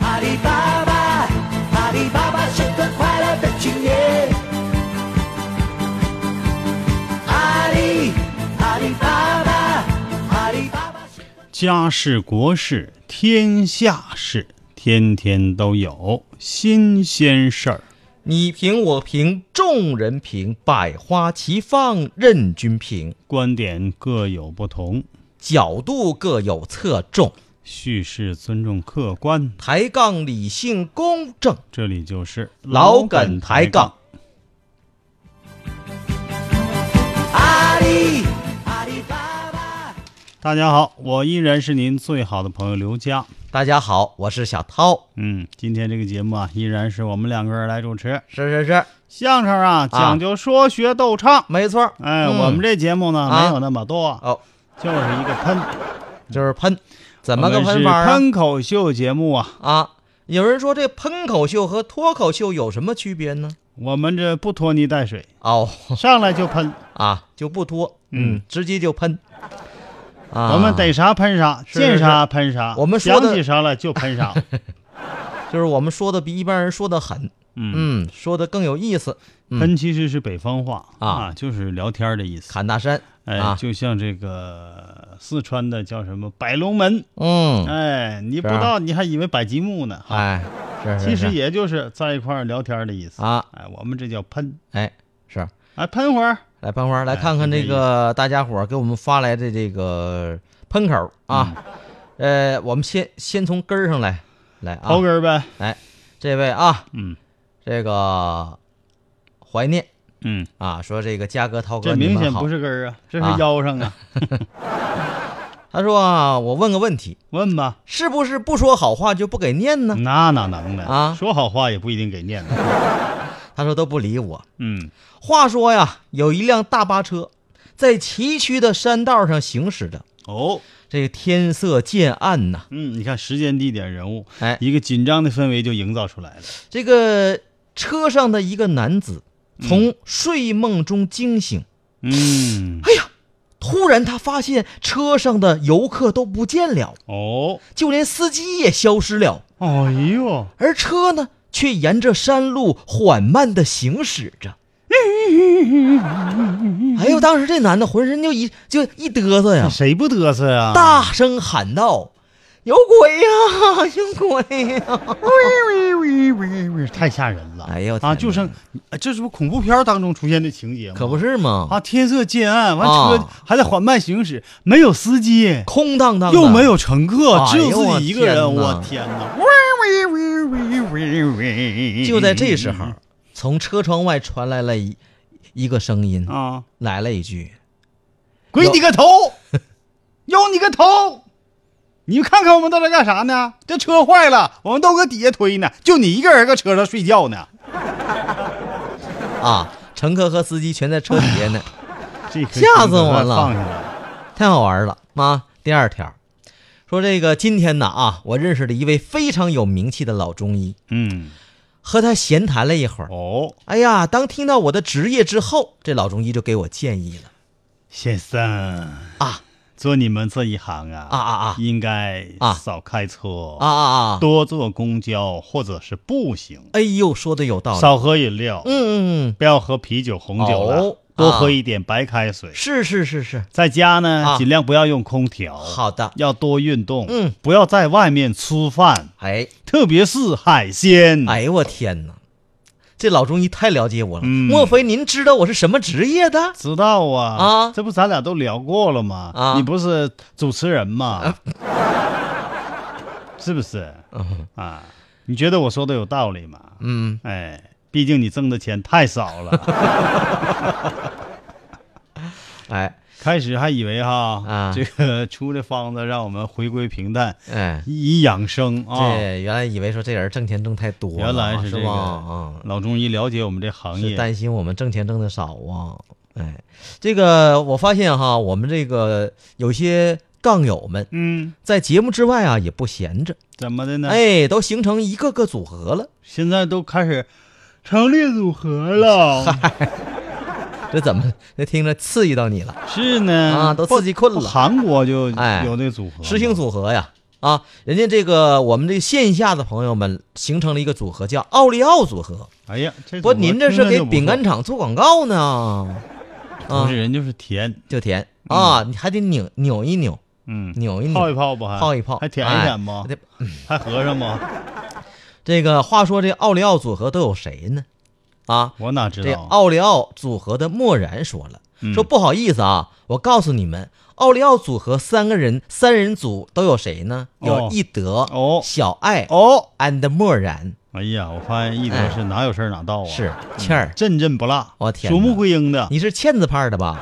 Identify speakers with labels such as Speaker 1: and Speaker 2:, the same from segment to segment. Speaker 1: 阿里巴巴，阿里巴巴是个快乐的青年。阿里，阿里巴巴，阿里巴巴是。
Speaker 2: 家事国事天下事，天天都有新鲜事儿。
Speaker 3: 你评我评，众人评，百花齐放，任君评。
Speaker 2: 观点各有不同，
Speaker 3: 角度各有侧重，
Speaker 2: 叙事尊重客观。
Speaker 3: 抬杠理性公正。
Speaker 2: 这里就是
Speaker 3: 老梗抬杠。
Speaker 1: 阿里，阿里巴巴。
Speaker 2: 大家好，我依然是您最好的朋友刘佳。
Speaker 3: 大家好，我是小涛。
Speaker 2: 嗯，今天这个节目啊，依然是我们两个人来主持。
Speaker 3: 是是是，
Speaker 2: 相声啊，讲究说学逗唱。
Speaker 3: 没错儿。
Speaker 2: 哎，
Speaker 3: 嗯
Speaker 2: 我们这节目呢、
Speaker 3: 啊
Speaker 2: 没有那么多，
Speaker 3: 哦，
Speaker 2: 就是一个喷，
Speaker 3: 嗯就是喷，怎么
Speaker 2: 我
Speaker 3: 个
Speaker 2: 们
Speaker 3: 喷
Speaker 2: 是
Speaker 3: 法啊？
Speaker 2: 喷口秀节目啊，
Speaker 3: 啊，有人说这喷口秀和脱口秀有什么区别呢？
Speaker 2: 我们这不拖泥带水，
Speaker 3: 哦，
Speaker 2: 上来就喷，
Speaker 3: 啊，就不脱，
Speaker 2: 嗯，
Speaker 3: 直接就喷。啊，
Speaker 2: 我们逮啥喷啥，
Speaker 3: 是
Speaker 2: 见
Speaker 3: 是
Speaker 2: 啥喷啥，
Speaker 3: 我们说的
Speaker 2: 想起啥了就 喷啥。
Speaker 3: 就是我们说的比一般人说的狠，
Speaker 2: 嗯，
Speaker 3: 嗯，说的更有意思。嗯
Speaker 2: 喷其实是北方话
Speaker 3: 啊
Speaker 2: 就是聊天的意思。
Speaker 3: 侃大山，
Speaker 2: 哎
Speaker 3: 啊，
Speaker 2: 就像这个四川的叫什么摆龙门，
Speaker 3: 嗯，
Speaker 2: 哎，你不
Speaker 3: 是啊
Speaker 2: 知道你还以为摆积木呢，哈，
Speaker 3: 哎，是是
Speaker 2: 其实
Speaker 3: 是
Speaker 2: 也就是在一块儿聊天的意思。
Speaker 3: 啊，
Speaker 2: 哎，我们这叫喷，
Speaker 3: 哎，是。
Speaker 2: 哎，喷会儿，
Speaker 3: 来，班花，来
Speaker 2: 哎
Speaker 3: 看看
Speaker 2: 就这
Speaker 3: 这个大家伙儿给我们发来的这个喷口儿
Speaker 2: 嗯
Speaker 3: 啊，呃，我们先先从根儿上来，来啊
Speaker 2: 刨，根儿呗。
Speaker 3: 这位啊，
Speaker 2: 嗯
Speaker 3: 这个怀念
Speaker 2: 嗯，
Speaker 3: 啊，说这个嘉哥、涛哥，
Speaker 2: 这
Speaker 3: 你
Speaker 2: 明
Speaker 3: 们
Speaker 2: 显
Speaker 3: 好
Speaker 2: 不。是根儿啊，这
Speaker 3: 啊
Speaker 2: 是腰上 啊。
Speaker 3: 他说啊，我问个问题，
Speaker 2: 问吧，
Speaker 3: 是不是不说好话就不给念呢？
Speaker 2: 那哪能呢？
Speaker 3: 啊
Speaker 2: 说好话也不一定给面子。
Speaker 3: 他说都不理我。
Speaker 2: 嗯，
Speaker 3: 话说呀，有一辆大巴车在崎岖的山道上行驶着，
Speaker 2: 哦，
Speaker 3: 这天色渐暗呐、
Speaker 2: 嗯，你看时间、地点、人物，
Speaker 3: 哎
Speaker 2: 一个紧张的氛围就营造出来了。
Speaker 3: 这个车上的一个男子从睡梦中惊醒，
Speaker 2: 嗯，
Speaker 3: 哎呀！突然，他发现车上的游客都不见了，
Speaker 2: 哦，
Speaker 3: 就连司机也消失了，
Speaker 2: 哎呦，
Speaker 3: 而车呢，却沿着山路缓慢地行驶 着。哎呦！当时这男的浑身就一就一嘚瑟呀
Speaker 2: 那，谁不嘚瑟啊呀？
Speaker 3: 大声喊道：“有鬼呀、有鬼呀、
Speaker 2: 喂喂喂喂，太吓人了！
Speaker 3: 哎呦
Speaker 2: 啊，
Speaker 3: 天
Speaker 2: 就剩啊这是不是恐怖片儿当中出现的情节吗？
Speaker 3: 可不是嘛，
Speaker 2: 啊，天色渐暗，完车
Speaker 3: 啊
Speaker 2: 还在缓慢行驶，没有司机，
Speaker 3: 空荡荡的，
Speaker 2: 又没有乘客，
Speaker 3: 哎
Speaker 2: 只有
Speaker 3: 呦
Speaker 2: 自
Speaker 3: 我
Speaker 2: 己一个人，
Speaker 3: 天哪
Speaker 2: 我天哪！喂喂喂喂喂喂！
Speaker 3: 就在这时候，
Speaker 2: 嗯
Speaker 3: 从车窗外传来了一一个声音，
Speaker 2: 啊，
Speaker 3: 来了一句
Speaker 2: 鬼你个头，有你个头！你们看看我们都在干啥呢？这车坏了，我们都搁底下推呢，就你一个人搁车上睡觉呢。：“
Speaker 3: 啊，乘客和司机全在车底下呢，
Speaker 2: 这可
Speaker 3: 吓死我了
Speaker 2: 真的放下来，
Speaker 3: 太好玩了。”妈，第二条，说这个今天呢啊，我认识了一位非常有名气的老中医，
Speaker 2: 嗯，
Speaker 3: 和他闲谈了一会儿。
Speaker 2: 哦，
Speaker 3: 哎呀，当听到我的职业之后，这老中医就给我建议了
Speaker 2: 先生
Speaker 3: 啊，
Speaker 2: 做你们这一行啊
Speaker 3: 啊啊啊
Speaker 2: 应该
Speaker 3: 啊
Speaker 2: 少开车
Speaker 3: 啊啊啊！
Speaker 2: 多坐公交或者是步行，
Speaker 3: 哎呦，说的有道理。
Speaker 2: 少喝饮料，
Speaker 3: 嗯嗯嗯，
Speaker 2: 不要喝啤酒、红酒了，
Speaker 3: 哦
Speaker 2: 多喝一点白开水。
Speaker 3: 是是是是，
Speaker 2: 在家呢，
Speaker 3: 啊
Speaker 2: 尽量不要用空调，
Speaker 3: 好的。
Speaker 2: 要多运动，
Speaker 3: 嗯，
Speaker 2: 不要在外面吃饭，
Speaker 3: 哎
Speaker 2: 特别是海鲜。
Speaker 3: 哎呦我天哪，这老中医太了解我了。
Speaker 2: 嗯
Speaker 3: 莫非您知道我是什么职业的？
Speaker 2: 知道啊，
Speaker 3: 啊
Speaker 2: 这不咱俩都聊过了吗？
Speaker 3: 啊
Speaker 2: 你不是主持人吗？ 是不是？啊，你觉得我说的有道理吗？
Speaker 3: 嗯，
Speaker 2: 哎，毕 竟你挣的钱太少了。
Speaker 3: 哎，
Speaker 2: 开始还以为哈，
Speaker 3: 啊
Speaker 2: 这个出这方子让我们回归平淡，
Speaker 3: 哎，
Speaker 2: 以养生啊。
Speaker 3: 这原来以为说这人挣钱挣太多了，
Speaker 2: 原来是
Speaker 3: 是
Speaker 2: 这
Speaker 3: 吧？
Speaker 2: 个
Speaker 3: 啊，
Speaker 2: 老中医了解我们这行
Speaker 3: 是
Speaker 2: 业，
Speaker 3: 担心我们挣钱挣的少啊。哎，这个我发现哈，我们这个有些杠友们
Speaker 2: 嗯，
Speaker 3: 在节目之外啊也不闲着，
Speaker 2: 怎么的呢？，
Speaker 3: 哎，都形成一个个组合了。
Speaker 2: 现在都开始成立组 合了，
Speaker 3: 这怎么？这听着刺激到你了。
Speaker 2: 是呢，
Speaker 3: 啊都
Speaker 2: 嗯不
Speaker 3: 刺激困了
Speaker 2: 不韩国就
Speaker 3: 哎
Speaker 2: 有那组合，
Speaker 3: 实行，组合呀，啊，人家这个我们这线下的朋友们形成了一个组合，叫奥利奥组合。
Speaker 2: 哎呀，这
Speaker 3: 不，您这是给饼干
Speaker 2: 厂，
Speaker 3: 厂做广告呢？
Speaker 2: 不
Speaker 3: 啊
Speaker 2: 是，人就是甜，
Speaker 3: 就甜啊，你还得扭扭一扭，
Speaker 2: 嗯，
Speaker 3: 扭一
Speaker 2: 泡
Speaker 3: 扭
Speaker 2: 一，泡不还
Speaker 3: 泡一泡，
Speaker 2: 还舔一舔吗
Speaker 3: 哎？这
Speaker 2: 还合上吗？
Speaker 3: 这个话说，这奥利奥组合都有谁呢？啊，
Speaker 2: 我哪知
Speaker 3: 这
Speaker 2: 道？
Speaker 3: 奥利奥组合的漠然说了，
Speaker 2: 嗯
Speaker 3: 说不好意思啊，我告诉你们，奥利奥组合三个人三人组都有谁呢？
Speaker 2: 哦
Speaker 3: 有一德、
Speaker 2: 哦
Speaker 3: 小爱、
Speaker 2: 哦，
Speaker 3: and 漠然
Speaker 2: 哎呀，我发现一德是哪有事儿哪到啊，
Speaker 3: 哎是倩儿，
Speaker 2: 阵阵不落，
Speaker 3: 我天
Speaker 2: 鼠目
Speaker 3: 哪
Speaker 2: 归鹰的，
Speaker 3: 你是欠字派的吧？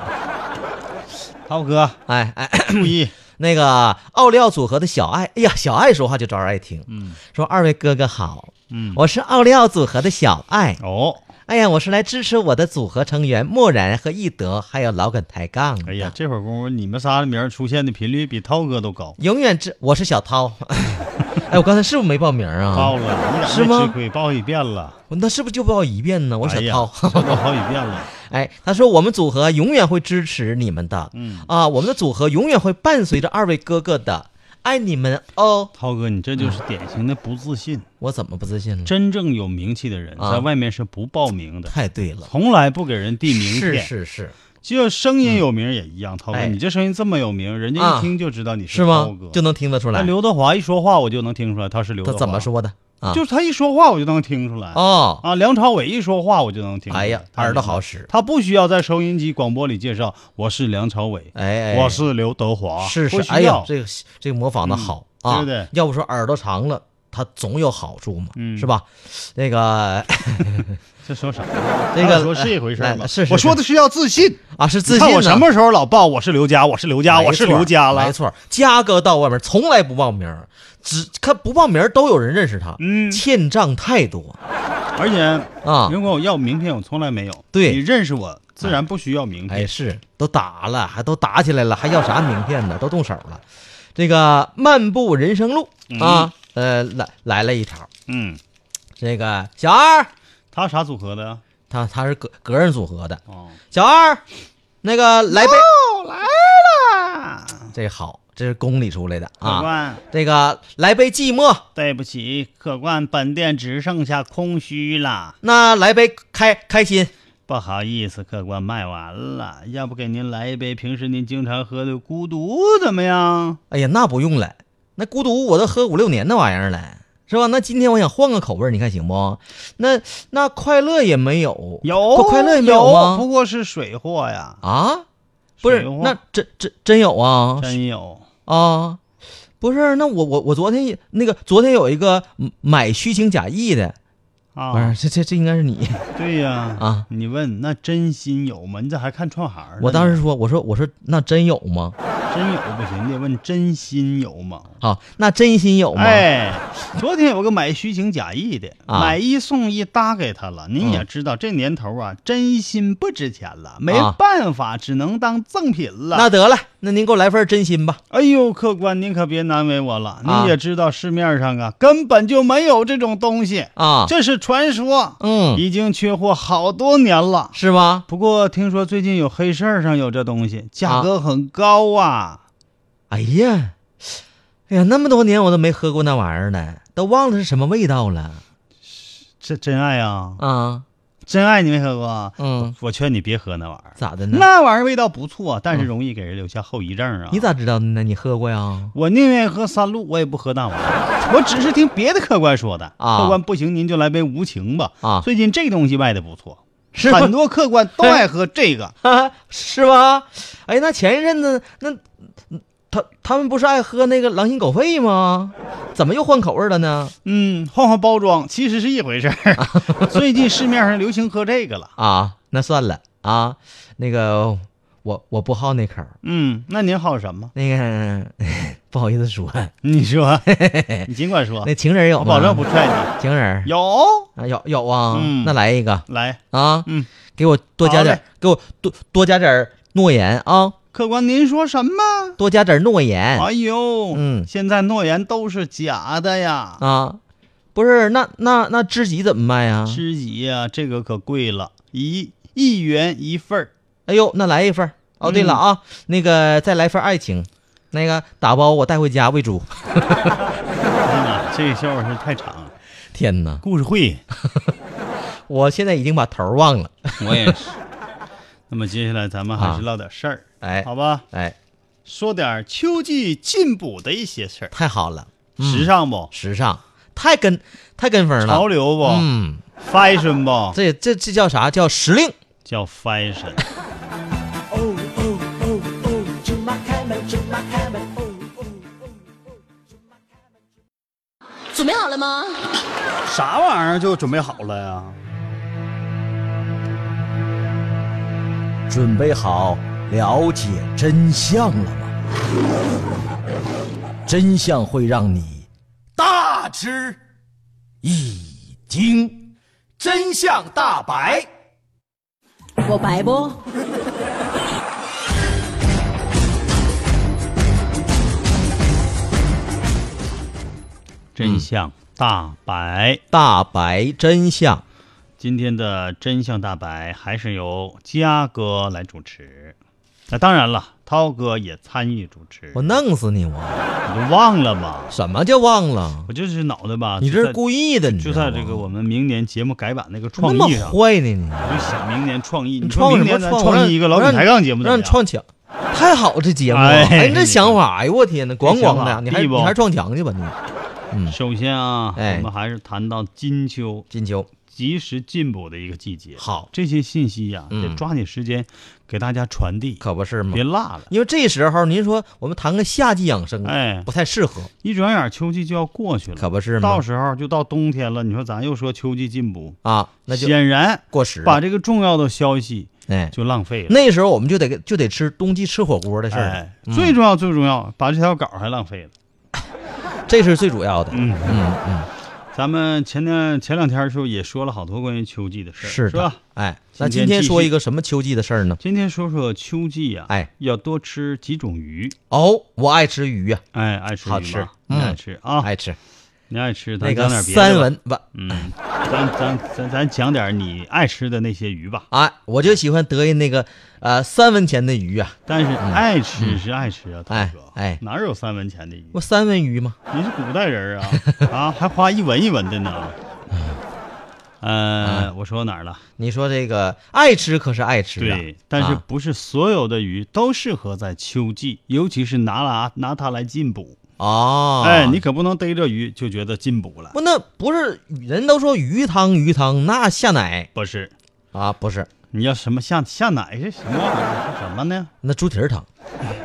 Speaker 2: 涛哥
Speaker 3: 哎哎，
Speaker 2: 注意，
Speaker 3: 那个奥利奥组合的小爱，哎呀，小爱说话就招人爱听，
Speaker 2: 嗯
Speaker 3: 说二位哥哥好，
Speaker 2: 嗯，
Speaker 3: 我是奥利奥组合的小爱，
Speaker 2: 哦，
Speaker 3: 哎呀，我是来支持我的组合成员漠然和一德，还有老耿抬杠的。
Speaker 2: 哎呀，这会儿功夫你们仨的名儿出现的频率比涛哥都高，
Speaker 3: 永远支我是小 涛，哎，我刚才是不是没报名啊？
Speaker 2: 报了，你
Speaker 3: 是
Speaker 2: 咋
Speaker 3: 吗
Speaker 2: 没吃亏？报一遍了，
Speaker 3: 我那是不是就报一遍呢？我是
Speaker 2: 哎
Speaker 3: 小
Speaker 2: 呀
Speaker 3: 涛，
Speaker 2: 这都好几遍了，
Speaker 3: 哎，他说我们组合永远会支持你们的，
Speaker 2: 嗯
Speaker 3: 啊，我们的组合永远会伴随着二位哥哥的，爱你们哦。
Speaker 2: 涛哥，你这就是典型的不自信。
Speaker 3: 我怎么不自信了？
Speaker 2: 真正有名气的人，
Speaker 3: 嗯啊
Speaker 2: 在外面是不报名的，
Speaker 3: 太对了，
Speaker 2: 从来不给人递名
Speaker 3: 是
Speaker 2: 片。
Speaker 3: 是是，
Speaker 2: 就声音有名也一样，涛哥，
Speaker 3: 哎
Speaker 2: 你这声音这么有名，人家
Speaker 3: 啊
Speaker 2: 一听就知道你
Speaker 3: 是
Speaker 2: 涛
Speaker 3: 吗
Speaker 2: 哥。？
Speaker 3: 就能听得出
Speaker 2: 那
Speaker 3: 来，
Speaker 2: 刘德华一说话，我就能听出来他是刘德
Speaker 3: 他
Speaker 2: 华。
Speaker 3: 怎么？说的啊？
Speaker 2: 就是他一说话，我就能听出来。
Speaker 3: 哦，
Speaker 2: 啊，梁朝伟一说话，我就能听出来。
Speaker 3: 哎呀，
Speaker 2: 他是
Speaker 3: 耳朵好使，
Speaker 2: 他不需要在收音机广播里介绍我是梁朝伟，
Speaker 3: 哎，哎
Speaker 2: 我是刘德华，
Speaker 3: 是是
Speaker 2: 啊不，需
Speaker 3: 哎呀
Speaker 2: 要，。
Speaker 3: 这个这个模仿的好
Speaker 2: 嗯
Speaker 3: 啊，
Speaker 2: 对不对
Speaker 3: 要不说耳朵长了，它总有好处嘛，
Speaker 2: 嗯
Speaker 3: 是吧？那个
Speaker 2: 这说啥？
Speaker 3: 这
Speaker 2: 他
Speaker 3: 个
Speaker 2: 说是一回事
Speaker 3: 来
Speaker 2: 吗？
Speaker 3: 是是
Speaker 2: 我说的是要自信。
Speaker 3: 啊，是自
Speaker 2: 你看
Speaker 3: 信
Speaker 2: 我什么时候老报我是刘佳，我是刘佳，
Speaker 3: 家？
Speaker 2: 我是刘佳了
Speaker 3: 没。错，嘉哥到外面从来不报名儿，只看不报名儿都有人认识他，
Speaker 2: 嗯
Speaker 3: 欠账太多
Speaker 2: 而且
Speaker 3: 啊。
Speaker 2: 如果我要名片，我从来没有。
Speaker 3: 对
Speaker 2: 你认识我，自然不需要名
Speaker 3: 哎，
Speaker 2: 片。
Speaker 3: 是都打了，还都打起来了，还要啥名片呢？都动手了。这个漫步人生路啊，呃，来来了一条，
Speaker 2: 嗯，
Speaker 3: 这个小二，
Speaker 2: 他啥组合的呀？
Speaker 3: 他他是格格人组合的，
Speaker 2: 哦，
Speaker 3: 小二，那个来杯，
Speaker 2: 来了，
Speaker 3: 这好，这是宫里出来的
Speaker 2: 客
Speaker 3: 啊。
Speaker 2: 官，
Speaker 3: 这个来杯寂寞，
Speaker 2: 对不起，客官，本店只剩下空虚了，
Speaker 3: 那来杯开开心，
Speaker 2: 不好意思，客官卖完了，要不给您来一杯平时您经常喝的孤独怎么样？
Speaker 3: 哎呀，那不用了，那孤独我都喝五六年那玩意儿了，是吧？那今天我想换个口味儿，你看行不？那那快乐也没有，
Speaker 2: 有
Speaker 3: 快快乐也没
Speaker 2: 有
Speaker 3: 吗？
Speaker 2: 不过是水货呀，
Speaker 3: 啊，不是
Speaker 2: 水，货
Speaker 3: 那真真真有啊
Speaker 2: 真有。
Speaker 3: 啊，不是，那我我我昨天也那个昨天有一个嗯买虚情假意的，不
Speaker 2: 啊，
Speaker 3: 是，这这这应该是你，
Speaker 2: 对呀，
Speaker 3: 啊
Speaker 2: 你问那真心有吗？你咋还看串行儿呢？
Speaker 3: 我当时说我说我说那真有吗？
Speaker 2: 真有不行，你得问真心有吗？
Speaker 3: 好，啊那真心有吗？
Speaker 2: 哎，昨天有个买虚情假意的，
Speaker 3: 啊嗯
Speaker 2: 买一送一搭给他了。您也知道、这年头啊，真心不值钱了，没
Speaker 3: 啊
Speaker 2: 办法，只能当赠品了。
Speaker 3: 那得了，那您给我来份真心吧。
Speaker 2: 哎呦，客官，您可别难为我了。
Speaker 3: 啊
Speaker 2: 您也知道市面上啊，根本就没有这种东西，
Speaker 3: 啊，
Speaker 2: 这是传说，
Speaker 3: 嗯，
Speaker 2: 已经缺货好多年了。
Speaker 3: 是吗？
Speaker 2: 不过听说最近有黑市儿上有这东西，价格很高啊。
Speaker 3: 哎呀，哎呀，那么多年我都没喝过那玩意儿呢，都忘了是什么味道了
Speaker 2: 这真爱啊，
Speaker 3: 啊。
Speaker 2: 真爱你没喝过啊？
Speaker 3: 嗯，
Speaker 2: 我劝你别喝那玩意儿。
Speaker 3: 咋的呢？嗯
Speaker 2: 那玩意儿味道不错，但是容易给人留下后遗症啊。
Speaker 3: 你？咋知道的呢？你喝过呀？
Speaker 2: 我宁愿喝三鹿，我也不喝那玩意儿。我只是听别的客官说的。
Speaker 3: 啊
Speaker 2: 客官不行，您就来杯无情吧。
Speaker 3: 啊
Speaker 2: 最近这东西卖的不错，
Speaker 3: 是
Speaker 2: 很多客官都爱喝这个。
Speaker 3: 吗？ 是吗？哎，那前一阵子那嗯他他们不是爱喝那个狼心狗肺吗？怎么又换口味了呢？
Speaker 2: 嗯，换换包装其实是一回事 儿。最近市面上流行喝这个了。
Speaker 3: 啊，那算了啊，那个我我不好那口儿，
Speaker 2: 嗯，那您好什么？
Speaker 3: 那个 不好意思说，
Speaker 2: 你说， 嗯你尽管说
Speaker 3: 那，情人有
Speaker 2: 我
Speaker 3: 吗？
Speaker 2: 保证不踹你。
Speaker 3: 情人
Speaker 2: 有，
Speaker 3: 啊，有有啊，
Speaker 2: 嗯
Speaker 3: 那来一个
Speaker 2: 来，
Speaker 3: 啊，
Speaker 2: 嗯，
Speaker 3: 给我多加点
Speaker 2: 好
Speaker 3: 儿，给我多多加点儿诺言啊，
Speaker 2: 客官您说什么？
Speaker 3: 多加点儿诺言
Speaker 2: 哎呦，
Speaker 3: 嗯
Speaker 2: 现在诺言都是假的呀，
Speaker 3: 啊，不是那那那知己怎么卖呀？
Speaker 2: 知己呀，这个可贵了，一一元一份儿。
Speaker 3: 哎呦，那来一份儿哦，
Speaker 2: 嗯
Speaker 3: 对了啊，那个再来份儿爱情，那个打包我带回家喂猪。
Speaker 2: 哎呀，这笑话是太长了。
Speaker 3: 天哪，
Speaker 2: 故事会，
Speaker 3: 我现在已经把头儿忘了。
Speaker 2: 我也是。那么接下来咱们还是唠点事儿，
Speaker 3: 哎
Speaker 2: 好吧？
Speaker 3: 哎，
Speaker 2: 说点儿秋季进补的一些事儿，
Speaker 3: 太好了，
Speaker 2: 时尚不？
Speaker 3: 时尚太跟太跟风
Speaker 2: 潮
Speaker 3: 了。
Speaker 2: 流不、
Speaker 3: 嗯，
Speaker 2: f a s h i o n 不？
Speaker 3: 这这这叫啥？叫时令。
Speaker 2: 叫 fashion。
Speaker 1: 哦哦哦哦，芝麻开门，芝麻开门，哦哦哦哦，芝麻开门。
Speaker 4: 准备好了吗？
Speaker 2: 啥玩意儿就准备好了呀？
Speaker 5: 准备好了解真相了吗？真相会让你大吃一惊，真相大白。
Speaker 4: 我白不？
Speaker 2: 真相、大白，
Speaker 3: 大白真相，
Speaker 2: 今天的真相大白还是由嘉哥来主持。那当然了，涛哥也参与主持。
Speaker 3: 我弄死你！我
Speaker 2: 你就忘了吧？
Speaker 3: 什么叫忘了？
Speaker 2: 我就是脑袋吧，
Speaker 3: 你
Speaker 2: 就
Speaker 3: 这
Speaker 2: 在
Speaker 3: 是故意的，你
Speaker 2: 就
Speaker 3: 知道
Speaker 2: 在
Speaker 3: 吗
Speaker 2: 这个我们明年节目改版那个
Speaker 3: 怎么
Speaker 2: 创
Speaker 3: 那么
Speaker 2: 意上，我
Speaker 3: 坏呢？你
Speaker 2: 就想明年创意。你说
Speaker 3: 创什
Speaker 2: 明
Speaker 3: 么
Speaker 2: 年咱
Speaker 3: 创？
Speaker 2: 创意一个老
Speaker 3: 让
Speaker 2: 女抬杠节目怎么
Speaker 3: 让
Speaker 2: 样，
Speaker 3: 你创墙，太好这节目！
Speaker 2: 哎
Speaker 3: 哎，你这想法，哎呦我天哪，咣咣
Speaker 2: 这想
Speaker 3: 的，
Speaker 2: 法
Speaker 3: 你还
Speaker 2: 地不
Speaker 3: 你还撞墙去吧你？
Speaker 2: 首先啊，
Speaker 3: 哎
Speaker 2: 我们还是谈到金秋
Speaker 3: 金秋
Speaker 2: 及时进补的一个季节。
Speaker 3: 好，
Speaker 2: 这些信息呀、
Speaker 3: 嗯
Speaker 2: 得抓紧时间给大家传递，
Speaker 3: 可不是吗
Speaker 2: 别？落了。
Speaker 3: 因为这时候您说我们谈个夏季养生，
Speaker 2: 哎
Speaker 3: 不太适合，
Speaker 2: 一转眼秋季就要过去了，
Speaker 3: 可不是吗
Speaker 2: 到时候就到冬天了。你说咱又说秋季进补，
Speaker 3: 啊，那就
Speaker 2: 显然
Speaker 3: 过时了。
Speaker 2: 把这个重要的消息
Speaker 3: 哎，
Speaker 2: 就浪费了。
Speaker 3: 那时候我们就得就得吃冬季吃火锅的事儿
Speaker 2: 哎，，最重要最重要，把这条稿还浪费了。
Speaker 3: 这是最主要的。
Speaker 2: 嗯
Speaker 3: 嗯嗯，
Speaker 2: 咱们前天前两天的时候也说了好多关于秋季的事儿，
Speaker 3: 是
Speaker 2: 是
Speaker 3: 的
Speaker 2: 吧？。
Speaker 3: 哎，那
Speaker 2: 今
Speaker 3: 今
Speaker 2: 天
Speaker 3: 天
Speaker 2: 继续
Speaker 3: 说一个什么秋季的事儿呢？
Speaker 2: 今天说说秋季呀、
Speaker 3: 哎，
Speaker 2: 要多吃几种鱼，
Speaker 3: 哦，我爱吃鱼呀，
Speaker 2: 哎，爱吃鱼
Speaker 3: 好
Speaker 2: 吗？
Speaker 3: 吃嗯
Speaker 2: 你爱吃啊？
Speaker 3: 爱吃
Speaker 2: 你爱吃，咱
Speaker 3: 那个
Speaker 2: 讲点别的吧
Speaker 3: 三文不，
Speaker 2: 嗯，咱咱咱咱讲点你爱吃的那些鱼吧。
Speaker 3: 哎，我就喜欢得意那个呃三文钱的鱼啊，
Speaker 2: 但是爱吃是爱吃啊，
Speaker 3: 嗯
Speaker 2: 涛
Speaker 3: 哎
Speaker 2: 哥，
Speaker 3: 哎
Speaker 2: 哪有三文钱的鱼？
Speaker 3: 不三文鱼吗？
Speaker 2: 你是古代人啊啊，还花一文一文的 呢。
Speaker 3: 嗯
Speaker 2: 呃，我说哪儿了？
Speaker 3: 你说这个爱吃可是爱吃啊，
Speaker 2: 对，但是
Speaker 3: 啊
Speaker 2: 不是所有的鱼都适合在秋季，尤其是拿拿拿它来进补。
Speaker 3: 哦，
Speaker 2: 哎，你可不能逮着鱼就觉得进补了，
Speaker 3: 不那不是人都说鱼汤鱼汤，那下奶
Speaker 2: 不是？
Speaker 3: 啊不是，
Speaker 2: 你要什么下下奶是什么玩意儿？是什么呢？
Speaker 3: 那猪蹄儿汤，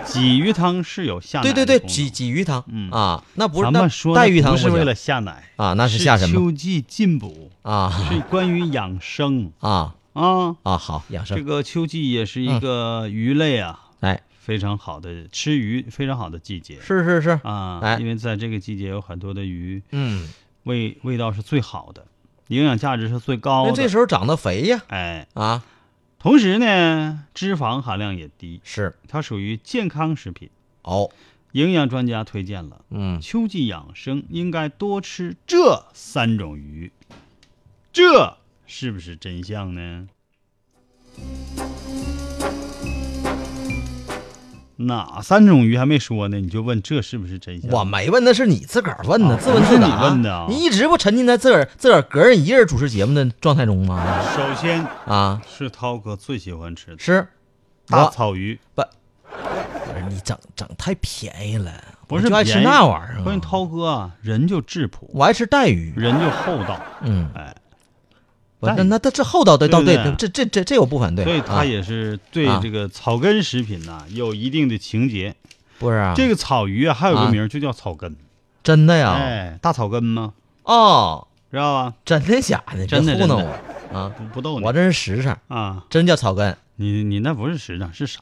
Speaker 2: 鲫鱼汤是有下奶
Speaker 3: 对
Speaker 2: 的
Speaker 3: 对对，
Speaker 2: 功能
Speaker 3: 鲫鲫鱼汤
Speaker 2: 嗯
Speaker 3: 啊，那不是
Speaker 2: 咱
Speaker 3: 那
Speaker 2: 们说的
Speaker 3: 带鱼汤
Speaker 2: 不是
Speaker 3: 行
Speaker 2: 为了下奶
Speaker 3: 啊那是下什么
Speaker 2: 秋季进补，
Speaker 3: 啊
Speaker 2: 是关于养生
Speaker 3: 啊
Speaker 2: 啊。
Speaker 3: 啊好养
Speaker 2: 这
Speaker 3: 生，
Speaker 2: 个秋季也是一个鱼类啊，
Speaker 3: 哎
Speaker 2: 非常好的吃鱼非常好的季节
Speaker 3: 是是是，
Speaker 2: 啊，
Speaker 3: 哎
Speaker 2: 因为在这个季节有很多的鱼
Speaker 3: 嗯，
Speaker 2: 味味道是最好的，营养价值是最高
Speaker 3: 那
Speaker 2: 的。
Speaker 3: 哎这时候长得肥呀
Speaker 2: 哎，
Speaker 3: 啊
Speaker 2: 同时呢，脂肪含量也低，
Speaker 3: 是
Speaker 2: 它属于健康食品。
Speaker 3: 哦
Speaker 2: 营养专家推荐了，
Speaker 3: 嗯
Speaker 2: 秋季养生应该多吃这三种鱼，这是不是真相呢？哪三种鱼还没说呢？你就问这是不是真相？
Speaker 3: 我没问，那是你自个儿问的，
Speaker 2: 啊
Speaker 3: 自问自答。
Speaker 2: 不是你问的啊
Speaker 3: 你一直不沉浸在自个儿自个儿个人一人主持节目的状态中吗？
Speaker 2: 首先
Speaker 3: 啊，
Speaker 2: 是涛哥最喜欢吃的
Speaker 3: 是，
Speaker 2: 大
Speaker 3: 我
Speaker 2: 草鱼，
Speaker 3: 不是你整整太便宜了，
Speaker 2: 不
Speaker 3: 我
Speaker 2: 是
Speaker 3: 就爱吃
Speaker 2: 便宜
Speaker 3: 那玩意儿啊。
Speaker 2: 关键涛哥啊，人就质朴，
Speaker 3: 我爱吃带鱼，
Speaker 2: 人就厚道，
Speaker 3: 嗯，
Speaker 2: 哎，
Speaker 3: 我
Speaker 2: 带
Speaker 3: 那
Speaker 2: 鱼
Speaker 3: 那那这厚道对，倒
Speaker 2: 对
Speaker 3: 对
Speaker 2: 不对，
Speaker 3: 这这这这我不反对。
Speaker 2: 所以他
Speaker 3: 啊
Speaker 2: 也是对这个草根食品呐、有一定的情结。
Speaker 3: 不是啊，
Speaker 2: 这个草鱼啊，还有个
Speaker 3: 啊
Speaker 2: 名儿就叫草根，
Speaker 3: 真的呀，
Speaker 2: 哎，大草根吗？
Speaker 3: 哦，
Speaker 2: 知道吧？
Speaker 3: 真的假的？你别
Speaker 2: 真的
Speaker 3: 糊弄
Speaker 2: 真
Speaker 3: 我啊！
Speaker 2: 不不逗你
Speaker 3: 我这是实诚，
Speaker 2: 啊，
Speaker 3: 真叫草根
Speaker 2: 你你那不是实诚是啥？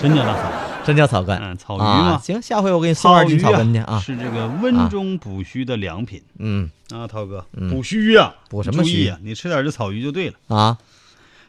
Speaker 2: 真叫大嫂，
Speaker 3: 真叫草根。
Speaker 2: 嗯草鱼
Speaker 3: 啊
Speaker 2: 嘛
Speaker 3: 行，下回我给你送二斤草根去
Speaker 2: 草鱼
Speaker 3: 啊。
Speaker 2: 是这个温中补虚的良品
Speaker 3: 嗯
Speaker 2: 啊，涛哥，补虚呀，
Speaker 3: 补什么虚
Speaker 2: 注意啊，你吃点这草鱼就对了。
Speaker 3: 啊，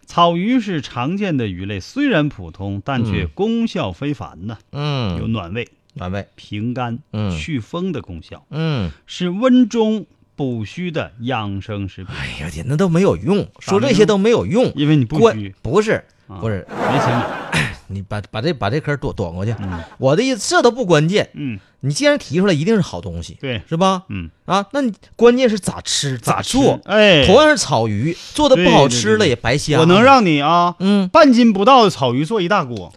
Speaker 2: 草鱼是常见的鱼类，虽然普通，但却
Speaker 3: 嗯
Speaker 2: 功效非凡呐，有
Speaker 3: 嗯，
Speaker 2: 暖胃、
Speaker 3: 暖胃，
Speaker 2: 平肝、
Speaker 3: 嗯
Speaker 2: 祛风的功效，
Speaker 3: 嗯，
Speaker 2: 是温中补虚的养生食品。
Speaker 3: 哎呀天，那都没有用，说
Speaker 2: 没
Speaker 3: 这些
Speaker 2: 用
Speaker 3: 都没有用，
Speaker 2: 因为你不
Speaker 3: 关
Speaker 2: 虚
Speaker 3: 不是
Speaker 2: 啊
Speaker 3: 不是，
Speaker 2: 没钱买，
Speaker 3: 你把把这把这坑躲躲过去
Speaker 2: 嗯。
Speaker 3: 我的意思，这都不关键，
Speaker 2: 嗯，
Speaker 3: 你既然提出来，一定是好东西，
Speaker 2: 对
Speaker 3: 是吧？
Speaker 2: 嗯
Speaker 3: 啊，那你关键是咋吃咋
Speaker 2: 吃
Speaker 3: 做。
Speaker 2: 哎，
Speaker 3: 同样是草鱼，做的不好吃
Speaker 2: 对对
Speaker 3: 了
Speaker 2: 对
Speaker 3: 也白瞎。
Speaker 2: 我能让你啊，
Speaker 3: 嗯
Speaker 2: 半斤不到的草鱼做一大锅，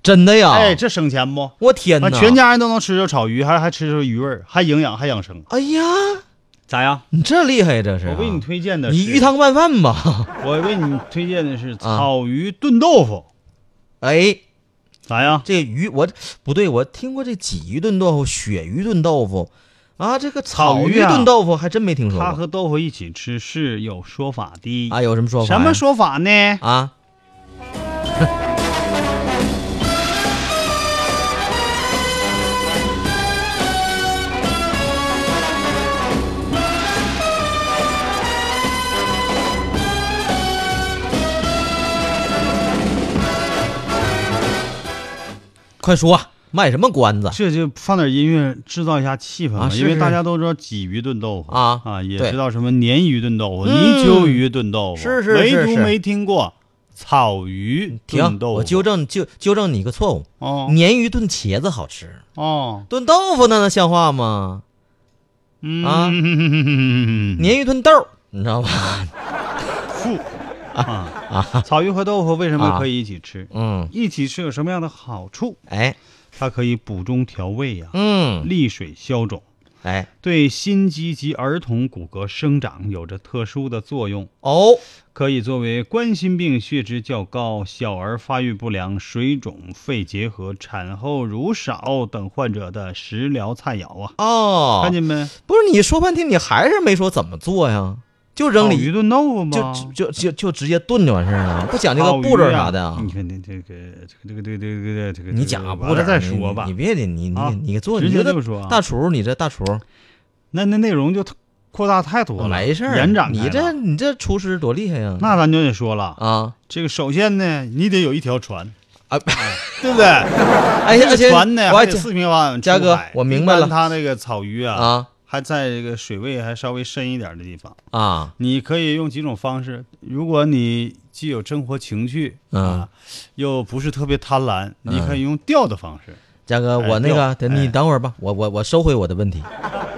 Speaker 3: 真的呀？
Speaker 2: 哎，这省钱不？
Speaker 3: 我天
Speaker 2: 那
Speaker 3: 哪！
Speaker 2: 全家人都能吃着草鱼，还还吃着鱼味儿，还营养还养生，
Speaker 3: 哎呀，
Speaker 2: 咋样？
Speaker 3: 你这厉害，这是啊、
Speaker 2: 我为你推荐的是，
Speaker 3: 你啊鱼汤拌饭吧？
Speaker 2: 我为你推荐的是草鱼炖豆腐，
Speaker 3: 哎，
Speaker 2: 咋样？
Speaker 3: 这鱼我不对，我听过这鲫鱼炖豆腐、鳕鱼炖豆腐，啊，这个
Speaker 2: 草
Speaker 3: 草
Speaker 2: 鱼
Speaker 3: 鱼
Speaker 2: 啊
Speaker 3: 炖豆腐还真没听说
Speaker 2: 它
Speaker 3: 过
Speaker 2: 和豆腐一起吃是有说法的
Speaker 3: 啊，有什么说法呀？
Speaker 2: 什么说法呢？
Speaker 3: 啊？ 快说，卖什么关子？
Speaker 2: 这就放点音乐制造一下气氛嘛，
Speaker 3: 啊是
Speaker 2: 因为
Speaker 3: 是
Speaker 2: 大家都知道鲫鱼炖豆腐
Speaker 3: 啊
Speaker 2: 啊，也
Speaker 3: 对
Speaker 2: 知道什么鲶鱼炖豆腐、
Speaker 3: 嗯
Speaker 2: 泥鳅鱼炖豆腐，
Speaker 3: 是是是
Speaker 2: 唯独
Speaker 3: 是
Speaker 2: 没听过草鱼
Speaker 3: 停
Speaker 2: 炖，豆腐。
Speaker 3: 我纠正纠纠正你一个错误，
Speaker 2: 哦
Speaker 3: 鲶鱼炖茄子好吃，
Speaker 2: 哦，
Speaker 3: 炖豆腐那能像话吗？
Speaker 2: 嗯
Speaker 3: 啊
Speaker 2: 鲶
Speaker 3: 鲶鱼炖豆儿，你知道吗？
Speaker 2: 富啊， 草鱼和豆腐为什
Speaker 3: 啊
Speaker 2: 么可以一起吃？
Speaker 3: 嗯，
Speaker 2: 一起吃有什么样的好处？
Speaker 3: 哎，
Speaker 2: 它可以补中调味呀、
Speaker 3: 嗯，
Speaker 2: 利水消肿，
Speaker 3: 哎，
Speaker 2: 对心肌及儿童骨骼生长有着特殊的作用。
Speaker 3: 哦，
Speaker 2: 可以作为冠心病、血脂较高、小儿发育不良、水肿、肺结核、产后乳少等患者的食疗菜肴啊，
Speaker 3: 哦，
Speaker 2: 看见没？
Speaker 3: 不是你说半天，你还是没说怎么做呀？就扔
Speaker 2: 烤鱼
Speaker 3: 里，
Speaker 2: 炖豆腐
Speaker 3: 就
Speaker 2: 吗？
Speaker 3: 就就就直接炖就完事儿 了，不讲这个
Speaker 2: 烤鱼
Speaker 3: 步骤
Speaker 2: 啊
Speaker 3: 啥的啊
Speaker 2: 你。看这这个这个这个这个这个这个，
Speaker 3: 你讲个
Speaker 2: 完
Speaker 3: 步骤
Speaker 2: 了
Speaker 3: 啊
Speaker 2: 再
Speaker 3: 你
Speaker 2: 说吧
Speaker 3: 你。别的你
Speaker 2: 啊
Speaker 3: 你你做，
Speaker 2: 直
Speaker 3: 你
Speaker 2: 接
Speaker 3: 这个
Speaker 2: 就说啊
Speaker 3: 大厨，你这大厨，
Speaker 2: 那那内容就扩大太多了，
Speaker 3: 没事儿，啊
Speaker 2: 延展开
Speaker 3: 你这
Speaker 2: 了
Speaker 3: 你这厨师多厉害呀！
Speaker 2: 那咱就得说了，
Speaker 3: 啊
Speaker 2: 这个首先呢，你得有一条船，
Speaker 3: 啊，
Speaker 2: 对不 对？
Speaker 3: 哎
Speaker 2: 这
Speaker 3: 呀，
Speaker 2: 个
Speaker 3: 而且
Speaker 2: 船呢，
Speaker 3: 我还
Speaker 2: 还得
Speaker 3: 讲
Speaker 2: 四平八稳出
Speaker 3: 嘉
Speaker 2: 海。
Speaker 3: 哥我明白了
Speaker 2: 他那个草鱼
Speaker 3: 啊
Speaker 2: 还在这个水位还稍微深一点的地方，
Speaker 3: 啊，
Speaker 2: 你可以用几种方式。如果你既有生活情趣，
Speaker 3: 嗯
Speaker 2: 啊，又不是特别贪婪，你可以用钓的方式。
Speaker 3: 嘉哥，
Speaker 2: 哎
Speaker 3: 我那
Speaker 2: 掉
Speaker 3: 个等你
Speaker 2: 哎
Speaker 3: 等会儿吧，我我我收回我的问题，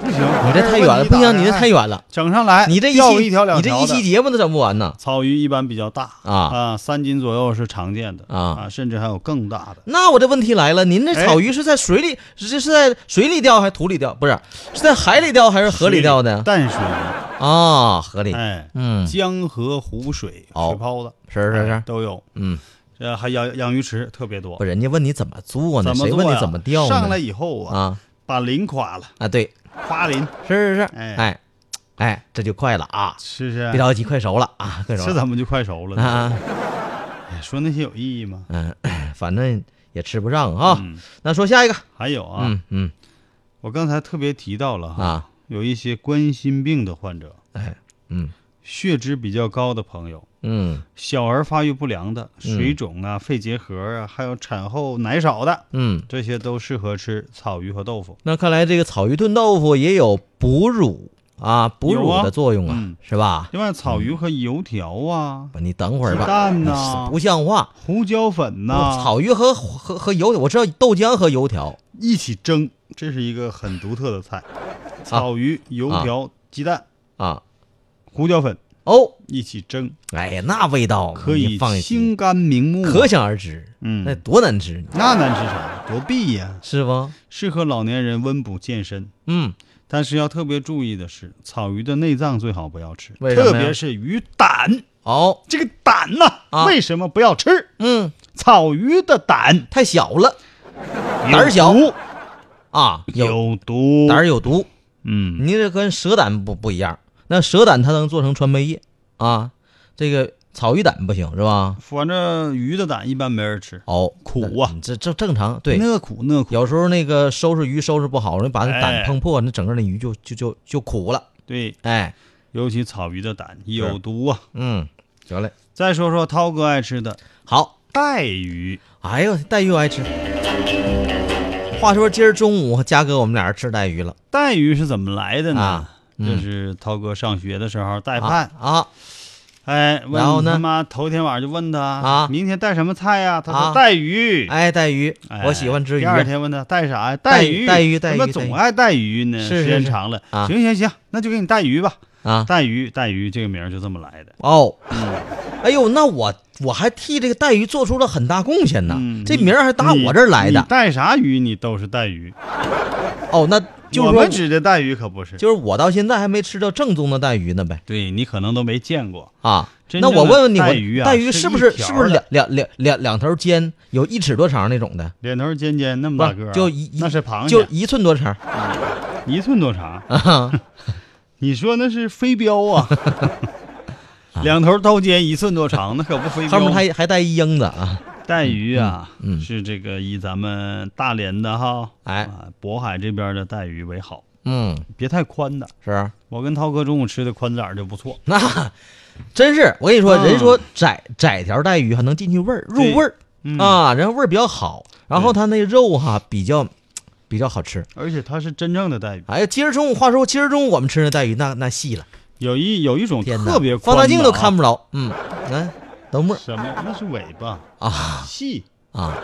Speaker 2: 不行，你
Speaker 3: 你这太远了，不行，你这太。远了，
Speaker 2: 整上 来，
Speaker 3: 你这一
Speaker 2: 钓个
Speaker 3: 期
Speaker 2: 一条两
Speaker 3: 你这
Speaker 2: 条
Speaker 3: 一
Speaker 2: 的
Speaker 3: 期节目都整不完呢。
Speaker 2: 草鱼一般比较大
Speaker 3: 啊
Speaker 2: 三斤左右是常见的
Speaker 3: 啊
Speaker 2: 甚至还有更大的。
Speaker 3: 那我这问题来了，您这
Speaker 2: 哎
Speaker 3: 草鱼是在水里，是是在水里钓还是土里钓？不是，是在海里钓还是河里钓的？
Speaker 2: 淡水鱼，
Speaker 3: 啊、河里。
Speaker 2: 哎，
Speaker 3: 嗯，是
Speaker 2: 江河湖水
Speaker 3: 哦
Speaker 2: 水泡子哎
Speaker 3: 是是，
Speaker 2: 都有，
Speaker 3: 嗯，
Speaker 2: 这还养养鱼池特别多
Speaker 3: 不，。人家问你怎么做呢？
Speaker 2: 怎么
Speaker 3: 谁
Speaker 2: 做
Speaker 3: 问你
Speaker 2: 呀
Speaker 3: 怎么钓呢？
Speaker 2: 上来以后啊，
Speaker 3: 啊
Speaker 2: 把鳞夸了，
Speaker 3: 啊，对，
Speaker 2: 夸鳞，
Speaker 3: 是是是，
Speaker 2: 哎
Speaker 3: 哎哎，这就快了啊！
Speaker 2: 是不是？
Speaker 3: 别着急，快熟了啊，快熟
Speaker 2: 这
Speaker 3: 了
Speaker 2: 怎么就快熟了呢？
Speaker 3: 啊，
Speaker 2: 哎说那些有意义吗？
Speaker 3: 嗯，反正也吃不上啊。
Speaker 2: 嗯
Speaker 3: 那说下一个，
Speaker 2: 还有啊，
Speaker 3: 嗯嗯
Speaker 2: 我刚才特别提到了哈，
Speaker 3: 啊，
Speaker 2: 有一些冠心病的患者，
Speaker 3: 哎，嗯
Speaker 2: 血脂比较高的朋友，
Speaker 3: 嗯
Speaker 2: 小儿发育不良的、水肿啊、肺结核啊，还有产后奶少的，
Speaker 3: 嗯，
Speaker 2: 这些都适合吃草鱼和豆腐。
Speaker 3: 那看来这个草鱼炖豆腐也有哺乳啊，哺乳
Speaker 2: 有啊
Speaker 3: 的作用啊，
Speaker 2: 嗯
Speaker 3: 是吧？
Speaker 2: 另外，草鱼和油条啊、
Speaker 3: 不你等会儿
Speaker 2: 鸡
Speaker 3: 吧，
Speaker 2: 蛋呐、
Speaker 3: 不像话。
Speaker 2: 胡椒粉呐、
Speaker 3: 草鱼和和和油，我知道豆浆和油条
Speaker 2: 一起蒸，这是一个很独特的菜。草鱼、油条、鸡蛋、
Speaker 3: 啊。
Speaker 2: 胡椒粉
Speaker 3: 哦，
Speaker 2: 一起蒸，
Speaker 3: 哎呀，那味道
Speaker 2: 可
Speaker 3: 你
Speaker 2: 以
Speaker 3: 放一
Speaker 2: 清
Speaker 3: 起，
Speaker 2: 肝明目。
Speaker 3: 可想而知，
Speaker 2: 嗯
Speaker 3: 那多难吃，
Speaker 2: 那难吃啥？多必呀！
Speaker 3: 是不？
Speaker 2: 适合老年人温补健身。
Speaker 3: 嗯，
Speaker 2: 但是要特别注意的是，草鱼的内脏最好不要吃，
Speaker 3: 为什么呀
Speaker 2: 特别是鱼胆。
Speaker 3: 哦，
Speaker 2: 这个胆呐、
Speaker 3: 啊
Speaker 2: 为什么不要吃？
Speaker 3: 嗯，
Speaker 2: 草鱼的胆
Speaker 3: 太小了
Speaker 2: 有
Speaker 3: 胆儿小
Speaker 2: 毒
Speaker 3: 啊，有
Speaker 2: 有毒，
Speaker 3: 胆儿有毒，
Speaker 2: 嗯，
Speaker 3: 你这跟蛇胆不不一样，那蛇胆它能做成川贝叶啊，这个草鱼胆不行是吧？
Speaker 2: 反正鱼的胆一般没人吃，
Speaker 3: 哦，
Speaker 2: 苦啊
Speaker 3: 嗯这这正常。对，
Speaker 2: 那苦那苦。
Speaker 3: 有时候那个收拾鱼收拾不好，容易把那
Speaker 2: 哎
Speaker 3: 胆碰破，那整个那鱼就就就就苦了。
Speaker 2: 对，
Speaker 3: 哎，
Speaker 2: 尤其草鱼的胆有毒啊。
Speaker 3: 嗯，得嘞，
Speaker 2: 再说说涛哥爱吃的
Speaker 3: 好。
Speaker 2: 带鱼，
Speaker 3: 哎呦，带鱼我爱吃。话说今儿中午，嘉哥我们俩人吃带鱼了
Speaker 2: 带鱼是怎么来的呢？
Speaker 3: 啊嗯
Speaker 2: 这是涛哥上学的时候带
Speaker 3: 啊
Speaker 2: 饭，
Speaker 3: 啊，
Speaker 2: 哎，问
Speaker 3: 然后呢
Speaker 2: 他妈头天晚上就问他
Speaker 3: 啊
Speaker 2: 明天带什么菜呀、他
Speaker 3: 啊
Speaker 2: 说带鱼。
Speaker 3: 哎，带鱼，
Speaker 2: 哎
Speaker 3: 我喜欢吃鱼
Speaker 2: 第
Speaker 3: 啊。
Speaker 2: 二天问他带啥呀？
Speaker 3: 带
Speaker 2: 鱼，
Speaker 3: 带鱼带鱼
Speaker 2: 怎么
Speaker 3: 带鱼
Speaker 2: 总爱带鱼呢？
Speaker 3: 是是
Speaker 2: 时间
Speaker 3: 是
Speaker 2: 长了，
Speaker 3: 啊
Speaker 2: 行行行，那就给你带鱼吧。
Speaker 3: 啊
Speaker 2: 带鱼，带鱼这个名儿就这么来的。
Speaker 3: 哦，哎呦，那我我还替这个带鱼做出了很大贡献呢。
Speaker 2: 嗯
Speaker 3: 这名儿还打
Speaker 2: 你
Speaker 3: 我这儿来
Speaker 2: 你
Speaker 3: 的。
Speaker 2: 带啥鱼你都是带鱼，
Speaker 3: 哦，那就是
Speaker 2: 我
Speaker 3: 说
Speaker 2: 们，指的带鱼可不是。
Speaker 3: 就是我到现在还没吃到正宗的带鱼呢呗。
Speaker 2: 对你可能都没见过，
Speaker 3: 啊，
Speaker 2: 真
Speaker 3: 那
Speaker 2: 正
Speaker 3: 我
Speaker 2: 的
Speaker 3: 问问你，
Speaker 2: 带
Speaker 3: 我
Speaker 2: 鱼啊
Speaker 3: 带鱼
Speaker 2: 是
Speaker 3: 是不
Speaker 2: 一
Speaker 3: 是
Speaker 2: 条
Speaker 3: 是不是
Speaker 2: 的
Speaker 3: 两两两两两头尖，有一尺多长那种的？
Speaker 2: 脸头尖尖那么
Speaker 3: 不
Speaker 2: 大
Speaker 3: 是
Speaker 2: 个儿啊，
Speaker 3: 就一一
Speaker 2: 那是螃蟹，
Speaker 3: 就一寸多长
Speaker 2: 一寸多长。
Speaker 3: 啊？
Speaker 2: 你说那是飞 镖啊？两头刀尖一寸多长，那可不飞
Speaker 3: 啊后
Speaker 2: 镖
Speaker 3: 面
Speaker 2: 吗。
Speaker 3: 还还带一鹰子啊？
Speaker 2: 带鱼啊，
Speaker 3: 嗯嗯
Speaker 2: 是这个以咱们大连的哈，
Speaker 3: 哎
Speaker 2: 啊，渤海这边的带鱼为好，
Speaker 3: 嗯，
Speaker 2: 别太宽的。
Speaker 3: 是啊
Speaker 2: 我跟涛哥中午吃的宽仔儿就不错，
Speaker 3: 那真是我跟你说，
Speaker 2: 嗯
Speaker 3: 人说窄窄条带鱼还能进去味儿，入
Speaker 2: 对
Speaker 3: 味儿
Speaker 2: 嗯，
Speaker 3: 啊，然后味儿比较好，然后
Speaker 2: 对
Speaker 3: 它那肉哈比较比较好吃。
Speaker 2: 而且它是真正的带鱼。
Speaker 3: 哎呀，今儿中午话说，今儿中午我们吃那带鱼，那那细了，
Speaker 2: 有一有一种
Speaker 3: 天哪，
Speaker 2: 特别
Speaker 3: 放
Speaker 2: 宽的啊
Speaker 3: 大镜都看不着。嗯，哎，等会儿
Speaker 2: 什么，那是尾巴
Speaker 3: 啊
Speaker 2: 细。
Speaker 3: 啊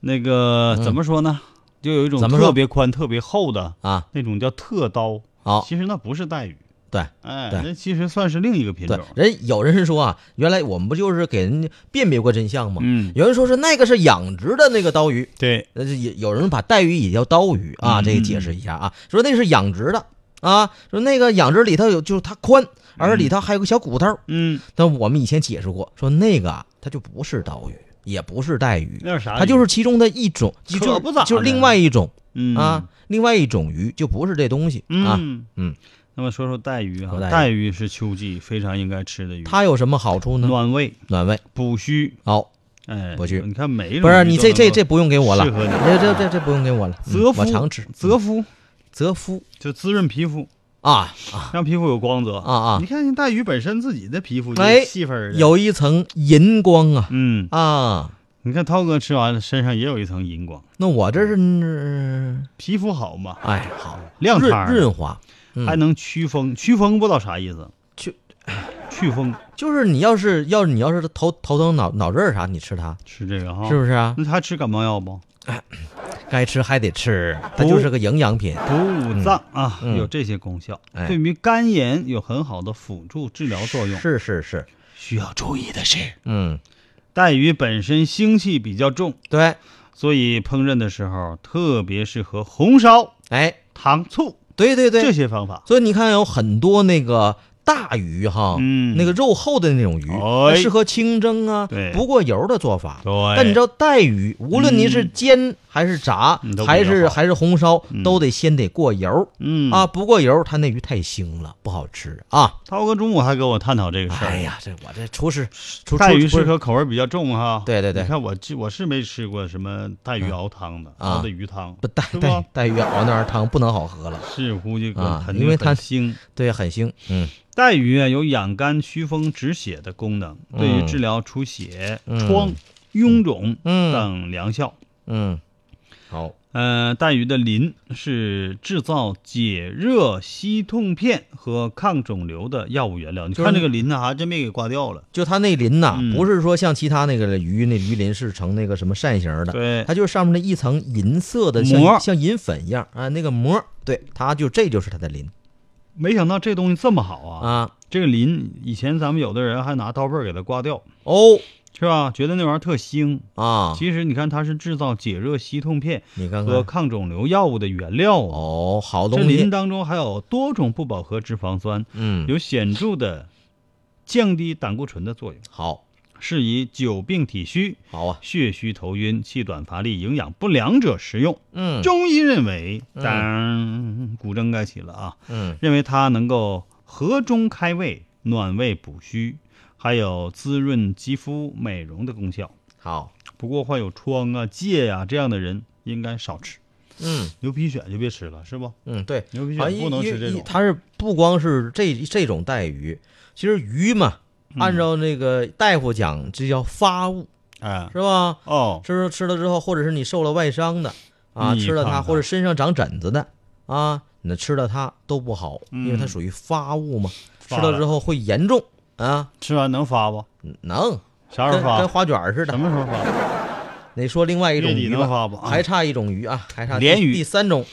Speaker 2: 那个怎么说呢？就有一种
Speaker 3: 嗯怎么说
Speaker 2: 特别宽、特别厚的
Speaker 3: 啊，
Speaker 2: 那种叫特刀。
Speaker 3: 好，
Speaker 2: 其实那不是带鱼，
Speaker 3: 对。
Speaker 2: 哎，
Speaker 3: 对
Speaker 2: 那其实算是另一个品
Speaker 3: 对
Speaker 2: 种。，
Speaker 3: 人有人说啊，原来我们不就是给人家辨别过真相吗？
Speaker 2: 嗯，
Speaker 3: 有人说是那个是养殖的那个刀鱼，
Speaker 2: 对，
Speaker 3: 那就也有人把带鱼也叫刀鱼啊，
Speaker 2: 嗯
Speaker 3: 这个解释一下啊，说那是养殖的啊，说那个养殖里头有就是它宽，而且里头还有个小骨头。
Speaker 2: 嗯，
Speaker 3: 但我们以前解释过，说那个啊，它就不是刀鱼，也不是带鱼，
Speaker 2: 那是啥鱼？
Speaker 3: 它就是其中的一种，就
Speaker 2: 可不咋
Speaker 3: 就
Speaker 2: 的
Speaker 3: 就是另外一种
Speaker 2: 嗯
Speaker 3: 啊，，另外一种鱼就不是这东西啊。
Speaker 2: 嗯
Speaker 3: 嗯。
Speaker 2: 那么说说带鱼啊
Speaker 3: 说带，鱼
Speaker 2: 带鱼是秋季非常应该吃的鱼，
Speaker 3: 它有什么好处呢？
Speaker 2: 暖胃、
Speaker 3: 暖胃。
Speaker 2: 补虚。
Speaker 3: 哦，
Speaker 2: 哎，
Speaker 3: 补虚
Speaker 2: 你看每一种
Speaker 3: 不是
Speaker 2: 鱼
Speaker 3: 你
Speaker 2: 都
Speaker 3: 这
Speaker 2: 能
Speaker 3: 这
Speaker 2: 够
Speaker 3: 这不用给我了，
Speaker 2: 适合你
Speaker 3: 这这这这不用给我了。嗯
Speaker 2: 泽
Speaker 3: 我
Speaker 2: 肤
Speaker 3: 常吃
Speaker 2: 泽肤
Speaker 3: 泽夫
Speaker 2: 就滋润皮肤，
Speaker 3: 啊，
Speaker 2: 让皮肤有光泽
Speaker 3: 啊啊
Speaker 2: 你看带鱼本身自己的皮肤就
Speaker 3: 哎
Speaker 2: 细粉儿的，
Speaker 3: 有一层银光啊
Speaker 2: 嗯，
Speaker 3: 啊。
Speaker 2: 你看涛哥吃完了身上也有一层银光，
Speaker 3: 那我这是，嗯
Speaker 2: 皮肤好嘛，
Speaker 3: 哎，好，
Speaker 2: 亮堂
Speaker 3: 润
Speaker 2: 儿
Speaker 3: 润滑，嗯
Speaker 2: 还能祛风，祛风不知道啥意思，
Speaker 3: 祛
Speaker 2: 祛风
Speaker 3: 就是你要是要是你要是头头疼脑脑热啥，你吃它
Speaker 2: 吃这个哈，
Speaker 3: 是不是啊？
Speaker 2: 哦那他吃感冒药不？
Speaker 3: 该吃还得吃，它就是个营养品。
Speaker 2: 补五脏啊，
Speaker 3: 嗯
Speaker 2: 有这些功效，
Speaker 3: 哎
Speaker 2: 对于肝炎有很好的辅助治疗作用。
Speaker 3: 是是是，
Speaker 2: 需要注意的是，
Speaker 3: 嗯，
Speaker 2: 带鱼本身腥气比较重，
Speaker 3: 对，
Speaker 2: 所以烹饪的时候特别适合红烧、
Speaker 3: 哎，
Speaker 2: 糖醋
Speaker 3: 对对
Speaker 2: 这
Speaker 3: 对，
Speaker 2: 些方法。
Speaker 3: 所以你看有很多那个大鱼哈，
Speaker 2: 嗯
Speaker 3: 那个肉厚的那种鱼，它
Speaker 2: 哎
Speaker 3: 适合清蒸啊
Speaker 2: 对，
Speaker 3: 不过油的做法。
Speaker 2: 对
Speaker 3: 但你知道带鱼，无论你是煎还是炸
Speaker 2: 嗯都，比
Speaker 3: 还
Speaker 2: 较
Speaker 3: 是
Speaker 2: 好
Speaker 3: 还是红烧，都得先得过油。
Speaker 2: 嗯
Speaker 3: 啊，，不过油，它那鱼太腥了，不好吃啊。
Speaker 2: 涛哥中午还跟我探讨这个事儿。
Speaker 3: 哎呀，这我这厨师，厨
Speaker 2: 带鱼
Speaker 3: 厨
Speaker 2: 适
Speaker 3: 师
Speaker 2: 合口味比较重哈。
Speaker 3: 对对对
Speaker 2: 你看我这我是没吃过什么带鱼熬汤的，
Speaker 3: 啊
Speaker 2: 熬的鱼汤
Speaker 3: 不带
Speaker 2: 是不
Speaker 3: 带带鱼熬那玩意儿汤不能好喝了，
Speaker 2: 是估计可
Speaker 3: 啊
Speaker 2: 肯
Speaker 3: 因为
Speaker 2: 定
Speaker 3: 它
Speaker 2: 很腥。
Speaker 3: 对，很腥。嗯，
Speaker 2: 带鱼啊有养肝、祛风、止血的功能，对于治疗出血、
Speaker 3: 嗯
Speaker 2: 疮、臃肿
Speaker 3: 嗯
Speaker 2: 等良效。
Speaker 3: 嗯，好，
Speaker 2: 呃，带鱼的磷是制造解热息痛片和抗肿瘤的药物原料。你
Speaker 3: 就是
Speaker 2: 看这个磷呢，还真没给刮掉了。
Speaker 3: 就它那鳞呐
Speaker 2: 嗯，
Speaker 3: 不是说像其他那个鱼那鱼鳞是呈那个什么扇形的，
Speaker 2: 对
Speaker 3: 它就是上面那一层银色的
Speaker 2: 膜
Speaker 3: 像像银粉一样啊，那个膜，对，它就这就是它的鳞
Speaker 2: 没想到这东西这么好啊！
Speaker 3: 啊。
Speaker 2: 这个磷以前咱们有的人还拿刀背儿给它刮掉，
Speaker 3: 哦
Speaker 2: 是吧？觉得那玩意儿特腥。
Speaker 3: 啊，
Speaker 2: 其实你看，它是制造解热息痛片
Speaker 3: 你看
Speaker 2: 和
Speaker 3: 看，
Speaker 2: 抗肿瘤药物的原料啊。
Speaker 3: 哦，好
Speaker 2: 这
Speaker 3: 东
Speaker 2: 磷
Speaker 3: 西，
Speaker 2: 当中含有多种不饱和脂肪酸，
Speaker 3: 嗯，
Speaker 2: 有显著的降低胆固醇的作用，
Speaker 3: 好，
Speaker 2: 适宜久病体虚、
Speaker 3: 好啊，
Speaker 2: 血虚头晕、气短乏力、营养不良者食用。
Speaker 3: 嗯，
Speaker 2: 中医认为，当古筝该起了啊，
Speaker 3: 嗯
Speaker 2: 认为它能够和中开胃、暖胃补虚，还有滋润肌肤、美容的功效。
Speaker 3: 好，
Speaker 2: 不过患有疮啊、疥呀、这样的人应该少吃。
Speaker 3: 嗯
Speaker 2: 牛皮癣就别吃了，是不？
Speaker 3: 嗯，对，
Speaker 2: 牛皮癣
Speaker 3: 好像一
Speaker 2: 不能
Speaker 3: 一
Speaker 2: 吃这
Speaker 3: 一
Speaker 2: 种
Speaker 3: 它是不光是这这种带鱼，其实鱼嘛，
Speaker 2: 嗯
Speaker 3: 按照那个大夫讲，这叫发物，
Speaker 2: 哎，
Speaker 3: 是吧？
Speaker 2: 哦，
Speaker 3: 吃了吃了之后，或者是你受了外伤的啊，
Speaker 2: 你
Speaker 3: 吃了
Speaker 2: 看
Speaker 3: 它，
Speaker 2: 看
Speaker 3: 或者身上长疹子的啊，你吃了它都不好，因为它属于发物嘛，吃
Speaker 2: 嗯发
Speaker 3: 了
Speaker 2: 了
Speaker 3: 之后会严重啊，
Speaker 2: 吃完能发不？
Speaker 3: 能
Speaker 2: 啥时
Speaker 3: 跟
Speaker 2: 候
Speaker 3: 跟
Speaker 2: 发？
Speaker 3: 花卷儿似
Speaker 2: 什
Speaker 3: 的。
Speaker 2: 么时候发？
Speaker 3: 你说另外一种
Speaker 2: 月底
Speaker 3: 鱼
Speaker 2: 能
Speaker 3: 吧，
Speaker 2: 发不啊
Speaker 3: 还差一种鱼啊，还差
Speaker 2: 鲢
Speaker 3: 第
Speaker 2: 鱼
Speaker 3: 第三种，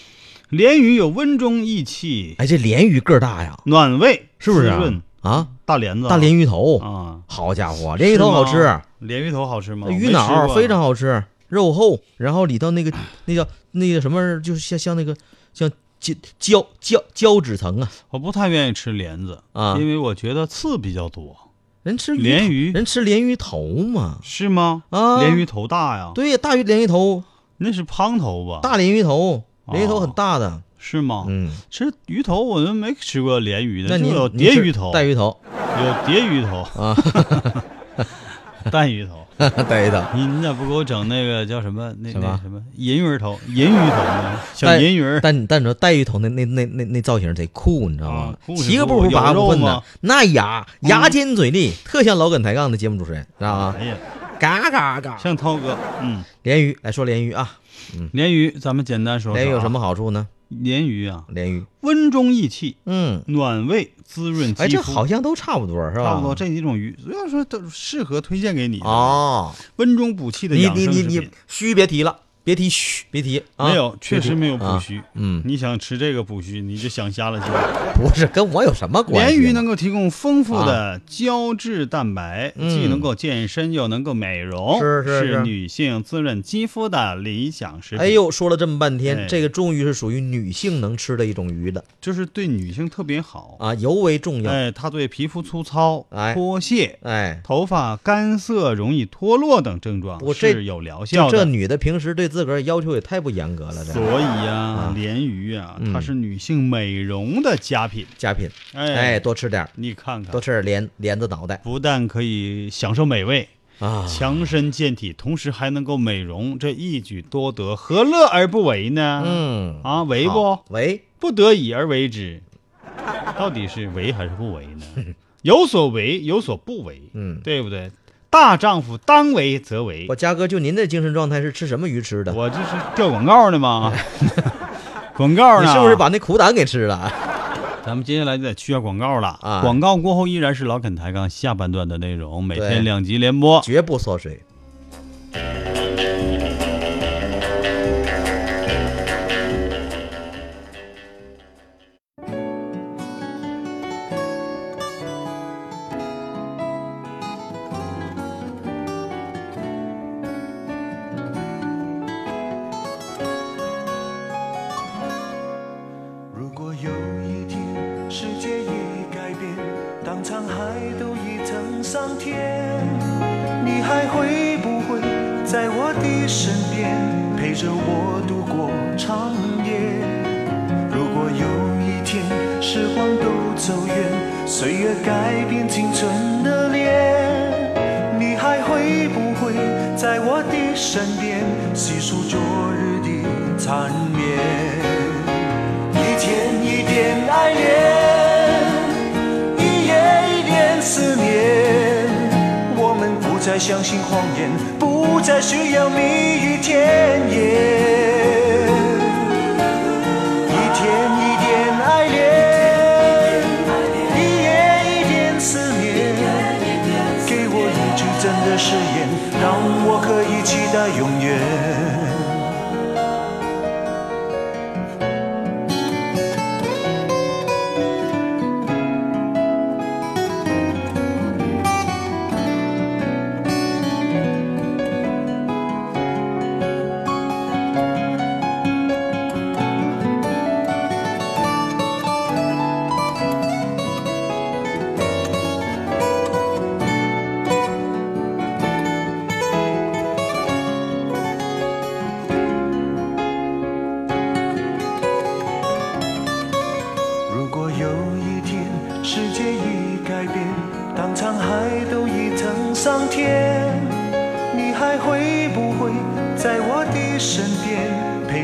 Speaker 2: 鲢鱼有温中益气、
Speaker 3: 哎，这鲢鱼个儿大呀，
Speaker 2: 暖胃，
Speaker 3: 是不是
Speaker 2: 滋
Speaker 3: 啊
Speaker 2: 润？
Speaker 3: 啊？
Speaker 2: 大莲子啊，
Speaker 3: 大鲢鱼头，
Speaker 2: 啊，
Speaker 3: 好家伙，鲢鱼头好
Speaker 2: 是
Speaker 3: 吃啊哎
Speaker 2: 吗，，鲢鱼头好吃吗？啊我没
Speaker 3: 鱼
Speaker 2: 吃
Speaker 3: 脑
Speaker 2: 过
Speaker 3: 非常好吃，肉厚，然后里头那个那叫那个什么，就是像像那个像胶胶胶胶质层啊，
Speaker 2: 我不太愿意吃莲子
Speaker 3: 啊
Speaker 2: 因为我觉得刺比较多，
Speaker 3: 人吃鱼
Speaker 2: 鲢
Speaker 3: 头
Speaker 2: 鱼
Speaker 3: 人吃鲢鱼头嘛，
Speaker 2: 是吗？
Speaker 3: 啊
Speaker 2: 鲢鱼头大呀，
Speaker 3: 对呀，大鱼鲢鱼头，
Speaker 2: 那是胖头吧？
Speaker 3: 大鲢鱼头，
Speaker 2: 哦
Speaker 3: 鲢鱼头很大的，
Speaker 2: 是吗？
Speaker 3: 嗯，
Speaker 2: 吃鱼头我都没吃过鲢鱼的，
Speaker 3: 那
Speaker 2: 就
Speaker 3: 你
Speaker 2: 有
Speaker 3: 你
Speaker 2: 鲽
Speaker 3: 吃
Speaker 2: 鱼头，
Speaker 3: 带鱼头
Speaker 2: 有鲽鱼头 啊，蛋鱼头。
Speaker 3: 带鱼头，
Speaker 2: 你你咋不给我整那个叫什么那
Speaker 3: 什
Speaker 2: 那
Speaker 3: 么
Speaker 2: 什么银鱼头银鱼头呢？ 小
Speaker 3: 带
Speaker 2: 银鱼儿
Speaker 3: 但但你说带鱼头那那那那那造型贼酷，你知道吗
Speaker 2: 啊？酷是
Speaker 3: 七个
Speaker 2: 酷
Speaker 3: 步
Speaker 2: 有
Speaker 3: 八个
Speaker 2: 肉
Speaker 3: 不混的
Speaker 2: 吗，嗯
Speaker 3: 那牙牙尖嘴利，特像老梗抬杠的节目主持人，知道吗
Speaker 2: 哎？呀，
Speaker 3: 嘎嘎嘎！
Speaker 2: 像涛哥，嗯，
Speaker 3: 鲢鱼来说鲢鱼啊，
Speaker 2: 鲢鱼咱们简单说说
Speaker 3: 鲢鱼有
Speaker 2: 啊
Speaker 3: 什么？好处呢？
Speaker 2: 鲢鱼啊，
Speaker 3: 鲢鱼，
Speaker 2: 温中益气，
Speaker 3: 嗯，
Speaker 2: 暖胃滋润肌
Speaker 3: 哎，
Speaker 2: 肤。
Speaker 3: 这好啊像都差不多是吧？
Speaker 2: 差不多这几种鱼，主要说都适合推荐给你的
Speaker 3: 哦，
Speaker 2: 温中补气的
Speaker 3: 你
Speaker 2: 养
Speaker 3: 你
Speaker 2: 生
Speaker 3: 你
Speaker 2: 食
Speaker 3: 你
Speaker 2: 品。
Speaker 3: 虚别提了，别提虚，别提啊，
Speaker 2: 没有，确实没有
Speaker 3: 啊
Speaker 2: 补虚。
Speaker 3: 嗯
Speaker 2: 你想吃这个补虚，你就想瞎了去。
Speaker 3: 不是跟我有什么关系？啊
Speaker 2: 鲢鱼能，够提供丰富的胶质蛋白，
Speaker 3: 嗯
Speaker 2: 既能够健身又能够美容，
Speaker 3: 是是是
Speaker 2: 女性滋润肌肤的理想食品。
Speaker 3: 哎，呦，说了这么半天，
Speaker 2: 哎
Speaker 3: 这个终于是属于女性能吃的一种鱼了
Speaker 2: 就是对女性特别好。
Speaker 3: 啊，尤为重要。
Speaker 2: 哎，它对皮肤粗糙、
Speaker 3: 哎
Speaker 2: 脱屑、
Speaker 3: 哎，
Speaker 2: 头发干涩、容易脱落等症状
Speaker 3: 我这
Speaker 2: 是有疗效
Speaker 3: 就
Speaker 2: 的。
Speaker 3: 这女的平时对自个儿要求也太不严格了，这
Speaker 2: 所以呀，鲢鱼啊，它
Speaker 3: 嗯
Speaker 2: 是女性美容的佳品。
Speaker 3: 佳品，
Speaker 2: 哎，
Speaker 3: 哎，多吃点儿，
Speaker 2: 你看看
Speaker 3: 多，吃点莲莲子脑袋
Speaker 2: 不但可以享受美味、
Speaker 3: 啊，
Speaker 2: 强身健体，同时还能够美容，这一举多得，何乐而不为呢？
Speaker 3: 嗯，
Speaker 2: 啊，为不
Speaker 3: 好？为
Speaker 2: 不得已而为之，到底是为还是不为 呢？有所为，有所不为，
Speaker 3: 嗯
Speaker 2: 对不对？大丈夫当为则为
Speaker 3: 我，嘉哥，就您这精神状态是吃什么鱼吃的？
Speaker 2: 我这是掉广告 呢吗？广告
Speaker 3: 你
Speaker 2: 呢？
Speaker 3: 是不是把那苦胆给吃了？
Speaker 2: 咱们接下来就得去下广告了
Speaker 3: 啊
Speaker 2: 广告过后依然是老肯抬杠下半段的内容，每
Speaker 3: 对
Speaker 2: 天两集连播。
Speaker 3: 绝不缩水。
Speaker 6: 如果有一天世界已改变，当沧海都已成桑田，你还会不会在我的身边陪着我度过长夜？如果有一天时光都走远，岁月改变青春的脸，你还会不会在我的身边细数昨日的缠绵？一天一点爱恋，一夜一点思念。我们不再相信谎言，不再需要蜜语甜言。一天一点爱恋，一夜一点思念。给我一句真的誓言，让我可以期待永远。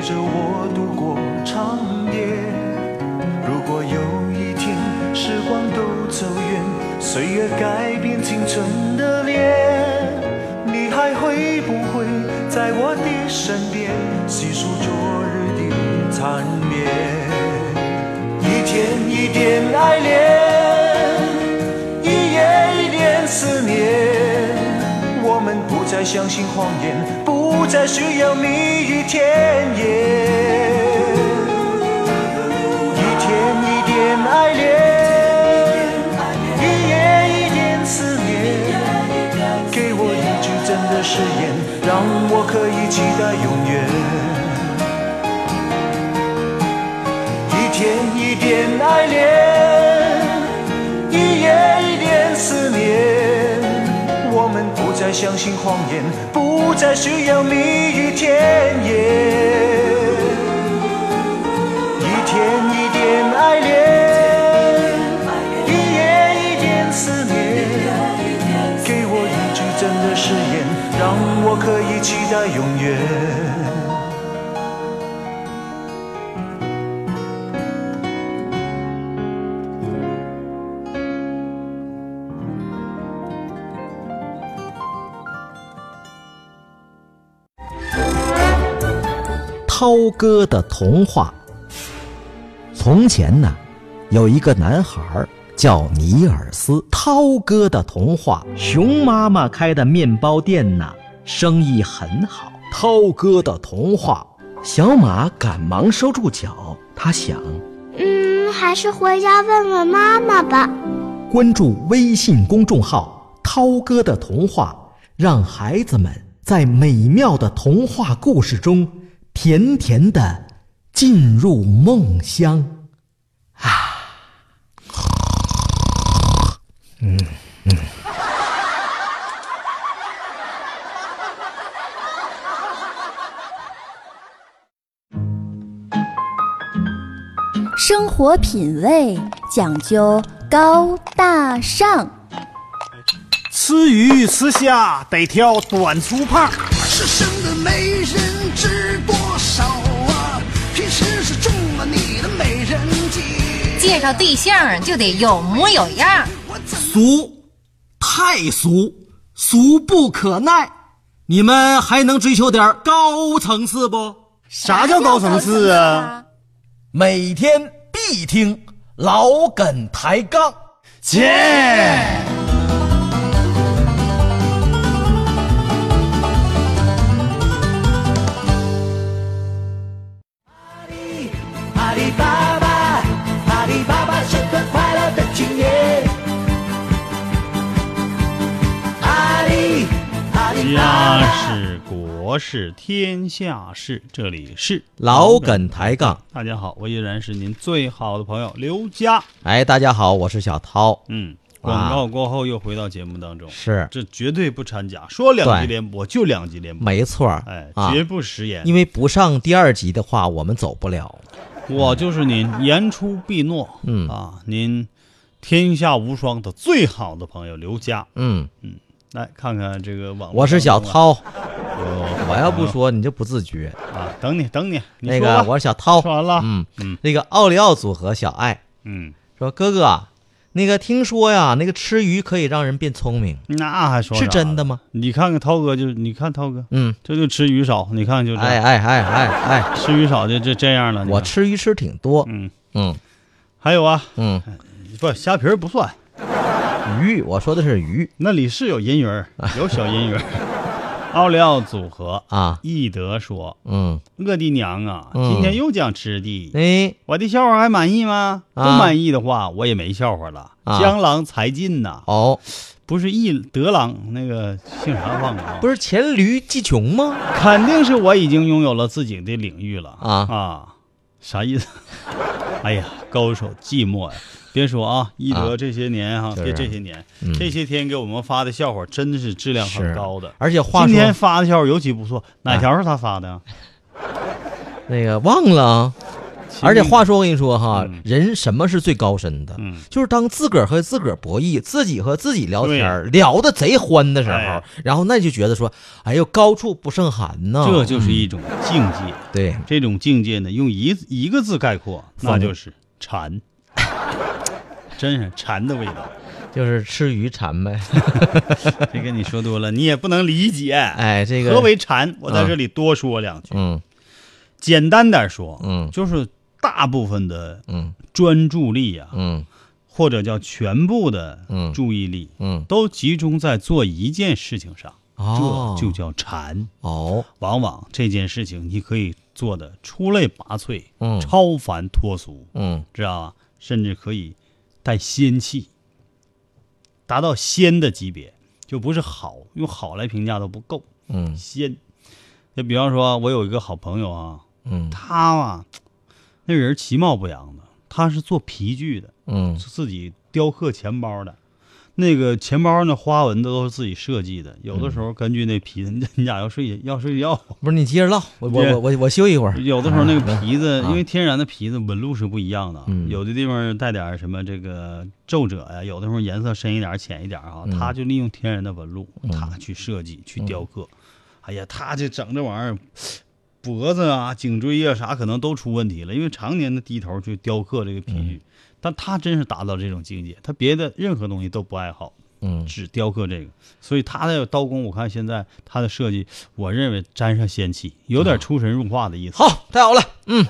Speaker 6: 着我度过长夜。如果有一天时光都走远，岁月改变青春的脸，你还会不会在我的身边细数昨日的缠绵？一天一点爱恋，一夜一点思念。我们不再相信谎言，不再需要蜜语甜言。一天一点爱恋，一夜一点思念，给我一句真的誓言，让我可以期待永远。一天一点爱恋，一夜一点思念。我们不再相信谎言，不再需要蜜语甜言。一天一点爱恋，一夜一点思念。给我一句真的誓言，让我可以期待永远。
Speaker 7: 涛哥的童话。从前呢，有一个男孩儿叫尼尔斯。涛哥的童话，
Speaker 3: 熊妈妈开的面包店呐，生意很好。
Speaker 7: 涛哥的童话，
Speaker 3: 小马赶忙收住脚，他想，
Speaker 8: 嗯，还是回家问问妈妈吧。
Speaker 7: 关注微信公众号“涛哥的童话”，让孩子们在美妙的童话故事中，甜甜的进入梦乡。
Speaker 9: 生活品味讲究高大上，
Speaker 2: 吃鱼吃虾得挑短粗胖，
Speaker 10: 是生的没人知多少啊，平时是中了你的美人计。
Speaker 11: 介绍对象就得有模有样，
Speaker 12: 俗，太俗，俗不可耐。你们还能追求点高层次不？
Speaker 2: 啥叫高层次啊？
Speaker 12: 每天必听老梗抬杠，
Speaker 2: 切！
Speaker 1: 阿里巴巴，阿里巴巴是个快乐的青年。阿里，阿里巴
Speaker 2: 家
Speaker 1: 巴。
Speaker 2: 事国事天下事，这里是
Speaker 3: 老梗抬杠。
Speaker 2: 大家好，我依然是您最好的朋友刘佳。
Speaker 3: 哎，大家好，我是小涛。
Speaker 2: 嗯，
Speaker 3: 啊
Speaker 2: 广告过后又回到节目当中，
Speaker 3: 是
Speaker 2: 这绝对不掺假，说两
Speaker 3: 对
Speaker 2: 集联播就两集联播，
Speaker 3: 没错儿，
Speaker 2: 哎，
Speaker 3: 啊，
Speaker 2: 绝不食言。
Speaker 3: 因为不上第二集的话，我们走不了。
Speaker 2: 我就是您言出必诺，
Speaker 3: 嗯
Speaker 2: 啊，您天下无双的最好的朋友刘佳。
Speaker 3: 嗯，
Speaker 2: 来看看这个网络当中啊，
Speaker 3: 我是小涛，
Speaker 2: 我，
Speaker 3: 我要不说你就不自觉。
Speaker 2: 啊，等你等你，嗯你
Speaker 3: 那
Speaker 2: 说
Speaker 3: 个
Speaker 2: 吧
Speaker 3: 我是小涛，
Speaker 2: 说完了
Speaker 3: 嗯
Speaker 2: 嗯
Speaker 3: 那个奥利奥组合小爱
Speaker 2: 嗯，
Speaker 3: 说：“哥哥啊，那个听说呀，那个吃鱼可以让人变聪明，
Speaker 2: 嗯那还说
Speaker 3: 是
Speaker 2: 啥
Speaker 3: 真的
Speaker 2: 了
Speaker 3: 吗？
Speaker 2: 你看看涛哥就，你看涛哥，
Speaker 3: 嗯，
Speaker 2: 这就吃鱼少，你看就这
Speaker 3: 哎哎哎哎哎，
Speaker 2: 吃鱼少就这这样了。你看
Speaker 3: 我吃鱼吃挺多，
Speaker 2: 嗯，
Speaker 3: 嗯
Speaker 2: 还有啊，
Speaker 3: 嗯，
Speaker 2: 不虾皮儿不算，
Speaker 3: 鱼，我说的是鱼
Speaker 2: 那里是有银鱼儿，
Speaker 3: 哎
Speaker 2: 有小银鱼儿。 奥利奥组合，
Speaker 3: 啊，
Speaker 2: 易德说
Speaker 3: 嗯，：“
Speaker 2: 我的娘啊，
Speaker 3: 嗯
Speaker 2: 今天又讲吃的，
Speaker 3: 哎，
Speaker 2: 我的笑话还满意吗？不
Speaker 3: 啊
Speaker 2: 满意的话，我也没笑话了。
Speaker 3: 啊
Speaker 2: 江郎才尽呐，
Speaker 3: 哦，
Speaker 2: 不是易德郎那个姓啥忘了啊？
Speaker 3: 不是黔驴技穷吗？
Speaker 2: 肯定是我已经拥有了自己的领域了
Speaker 3: 啊
Speaker 2: 啊！啥意思？ 哎呀，高手寂寞呀！别说啊，一德
Speaker 3: 啊
Speaker 2: 这些年哈、
Speaker 3: 就是
Speaker 2: 别这些年、
Speaker 3: 嗯
Speaker 2: 这些天给我们发的笑话真是质量啊很
Speaker 3: 是
Speaker 2: 高的。
Speaker 3: 而且话
Speaker 2: 今天
Speaker 3: 说哎
Speaker 2: 发的笑话尤其不错，哪条是他发的？
Speaker 3: 那个忘了啊，而且话说，我跟你说哈，
Speaker 2: 嗯
Speaker 3: 人什么是最高深的？就是当自个儿和自个儿博弈，自己和自己聊天儿，聊的贼欢的时
Speaker 2: 哎
Speaker 3: 候，然后那就觉得说，哎呦，高处不胜寒呐。
Speaker 2: 这就是一种境界。
Speaker 3: 对，
Speaker 2: 这种境界呢，用一一个字概括，那
Speaker 3: 疯
Speaker 2: 就是馋。 真是馋的味道，
Speaker 3: 就是吃鱼馋 呗。
Speaker 2: 这跟你说多了，你也不能理解。
Speaker 3: 哎，这个
Speaker 2: 何为馋？我在这里多说两句。
Speaker 3: 嗯，
Speaker 2: 简单点说，
Speaker 3: 嗯，
Speaker 2: 就是大部分的
Speaker 3: 嗯
Speaker 2: 专注力啊，
Speaker 3: 嗯，
Speaker 2: 或者叫全部的
Speaker 3: 嗯
Speaker 2: 注意力，
Speaker 3: 嗯，
Speaker 2: 都集中在做一件事情上，
Speaker 3: 哦
Speaker 2: 这就叫馋。
Speaker 3: 哦，
Speaker 2: 往往这件事情你可以做的出类拔萃，
Speaker 3: 嗯
Speaker 2: 超凡脱俗，
Speaker 3: 嗯，
Speaker 2: 知道吧？甚至可以带仙气，达到仙的级别，就不是好，用好来评价都不够，
Speaker 3: 嗯
Speaker 2: 仙。就比方说，我有一个好朋友啊，
Speaker 3: 嗯
Speaker 2: 他啊，那人其貌不扬的，他是做皮具的，
Speaker 3: 嗯
Speaker 2: 是自己雕刻钱包的。那个钱包那花纹的都是自己设计的，有的时候根据那皮，你你俩要睡要睡觉，
Speaker 3: 不是你接着唠，我我我我我休息一会儿。
Speaker 2: 有的时候那个皮子，
Speaker 3: 啊
Speaker 2: 因为天然的皮子纹路是不一样的，
Speaker 3: 嗯
Speaker 2: 有的地方带点儿什么这个皱褶呀、有的时候颜色深一点儿、浅一点儿啊，
Speaker 3: 嗯
Speaker 2: 他就利用天然的纹路，他去设计、去雕刻。哎呀，他就整这玩意儿，脖子啊、颈椎啊啥可能都出问题了，因为常年的低头去雕刻这个皮
Speaker 3: 嗯
Speaker 2: 具。但他真是达到这种境界，他别的任何东西都不爱好，
Speaker 3: 嗯
Speaker 2: 只雕刻这个。所以他的刀工，我看现在他的设计，我认为沾上仙气，有
Speaker 3: 啊
Speaker 2: 点出神入化的意思。
Speaker 3: 好，太好了，嗯，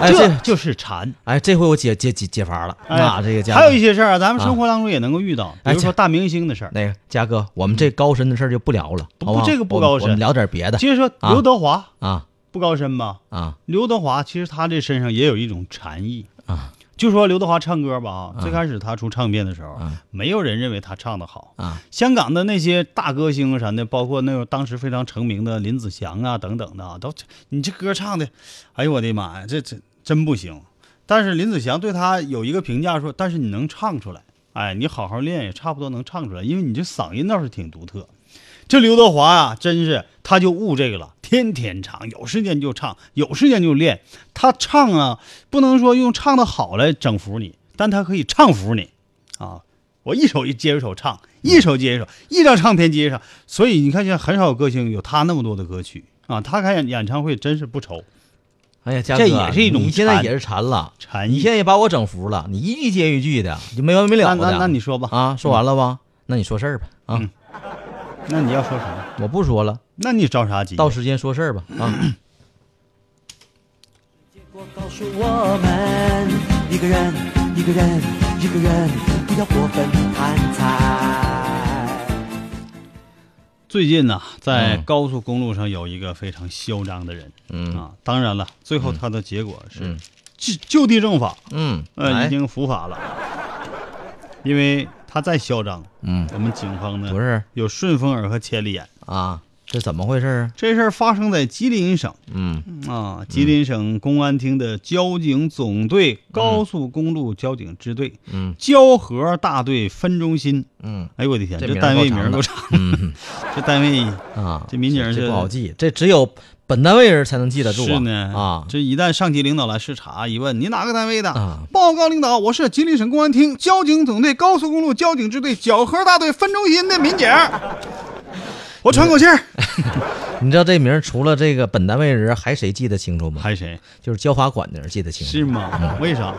Speaker 3: 哎，
Speaker 2: 这
Speaker 3: 这
Speaker 2: 就是馋。
Speaker 3: 哎，这回我解解解解乏了。
Speaker 2: 哎
Speaker 3: 那这个家伙
Speaker 2: 还有一些事儿啊，咱们生活当中也能够遇到，比
Speaker 3: 哎
Speaker 2: 如说大明星的事儿。
Speaker 3: 那个嘉哥，我们这高深的事儿就不聊了，
Speaker 2: 不
Speaker 3: 好好？
Speaker 2: 这个不
Speaker 3: 我们
Speaker 2: 高深
Speaker 3: 我们聊点别的。
Speaker 2: 接着说
Speaker 3: 啊
Speaker 2: 刘德华
Speaker 3: 啊
Speaker 2: 不高深吧？
Speaker 3: 啊，
Speaker 2: 刘德华其实他这身上也有一种禅意
Speaker 3: 啊。
Speaker 2: 就说刘德华唱歌吧啊，
Speaker 3: 啊
Speaker 2: 最开始他出唱片的时候，没有人认为他唱的好
Speaker 3: 啊。
Speaker 2: 香港的那些大歌星啥的，包括那个当时非常成名的林子祥啊等等的啊，都你这歌唱的，哎呦我的妈呀，这这真不行。但是林子祥对他有一个评价说，但是你能唱出来，哎，你好好练也差不多能唱出来，因为你这嗓音倒是挺独特。这刘德华啊，真是他就悟这个了，天天唱，有时间就唱，有时间就练。他唱啊，不能说用唱的好来整服你，但他可以唱服你，啊，我一首一接一首唱，一首接一首，一张唱片接一张。所以你看，现在很少有歌星有他那么多的歌曲啊，他开演演唱会真是不愁。
Speaker 3: 哎呀，嘉哥，
Speaker 2: 这也是一种
Speaker 3: 你现在
Speaker 2: 馋
Speaker 3: 也是馋了，
Speaker 2: 馋意
Speaker 3: 你现在也把我整服了，你一句接一句的，就没完没了的。
Speaker 2: 那那那你说吧嗯
Speaker 3: 啊，说完了吧？那你说事儿吧啊，
Speaker 2: 那你要说啥？
Speaker 3: 我不说了，
Speaker 2: 那你着啥急？
Speaker 3: 到时间说事儿吧啊。
Speaker 1: 告诉我们，一个人，一个人，一个人，不要过分贪财。
Speaker 2: 最近呢、在高速公路上有一个非常嚣张的人，
Speaker 3: 嗯
Speaker 2: 啊，当然了，最后他的结果是
Speaker 3: 嗯
Speaker 2: 就就地正法，
Speaker 3: 嗯，
Speaker 2: 呃，
Speaker 3: 来
Speaker 2: 已经伏法了，因为他再嚣张，
Speaker 3: 嗯
Speaker 2: 我们警方呢
Speaker 3: 不是
Speaker 2: 有顺风耳和千里眼。
Speaker 3: 啊，这怎么回事啊？
Speaker 2: 这事儿发生在吉林省
Speaker 3: 嗯
Speaker 2: 啊，吉林省公安厅的交警总队高速公路交警支队
Speaker 3: 嗯
Speaker 2: 交河大队分中心。
Speaker 3: 嗯
Speaker 2: 哎呦我的天，
Speaker 3: 这
Speaker 2: 这
Speaker 3: 名儿
Speaker 2: 单位
Speaker 3: 够
Speaker 2: 名
Speaker 3: 长
Speaker 2: 儿
Speaker 3: 的
Speaker 2: 够长，
Speaker 3: 嗯
Speaker 2: 这单 位
Speaker 3: 啊，
Speaker 2: 这民警儿
Speaker 3: 这
Speaker 2: 这
Speaker 3: 不好记，这只有本单位人才能记得住啊。
Speaker 2: 是呢
Speaker 3: 啊，
Speaker 2: 这一旦上级领导来视察，一问你哪个单位的，
Speaker 3: 啊
Speaker 2: 报告领导，我是吉林省公安厅交警总队高速公路交警支队绞河大队分中心的民警儿。我喘口气儿，
Speaker 3: 你知道这名儿除了这个本单位人，还谁记得清楚吗？
Speaker 2: 还谁
Speaker 3: 就是交罚款的人记得清楚，
Speaker 2: 是吗？为啥？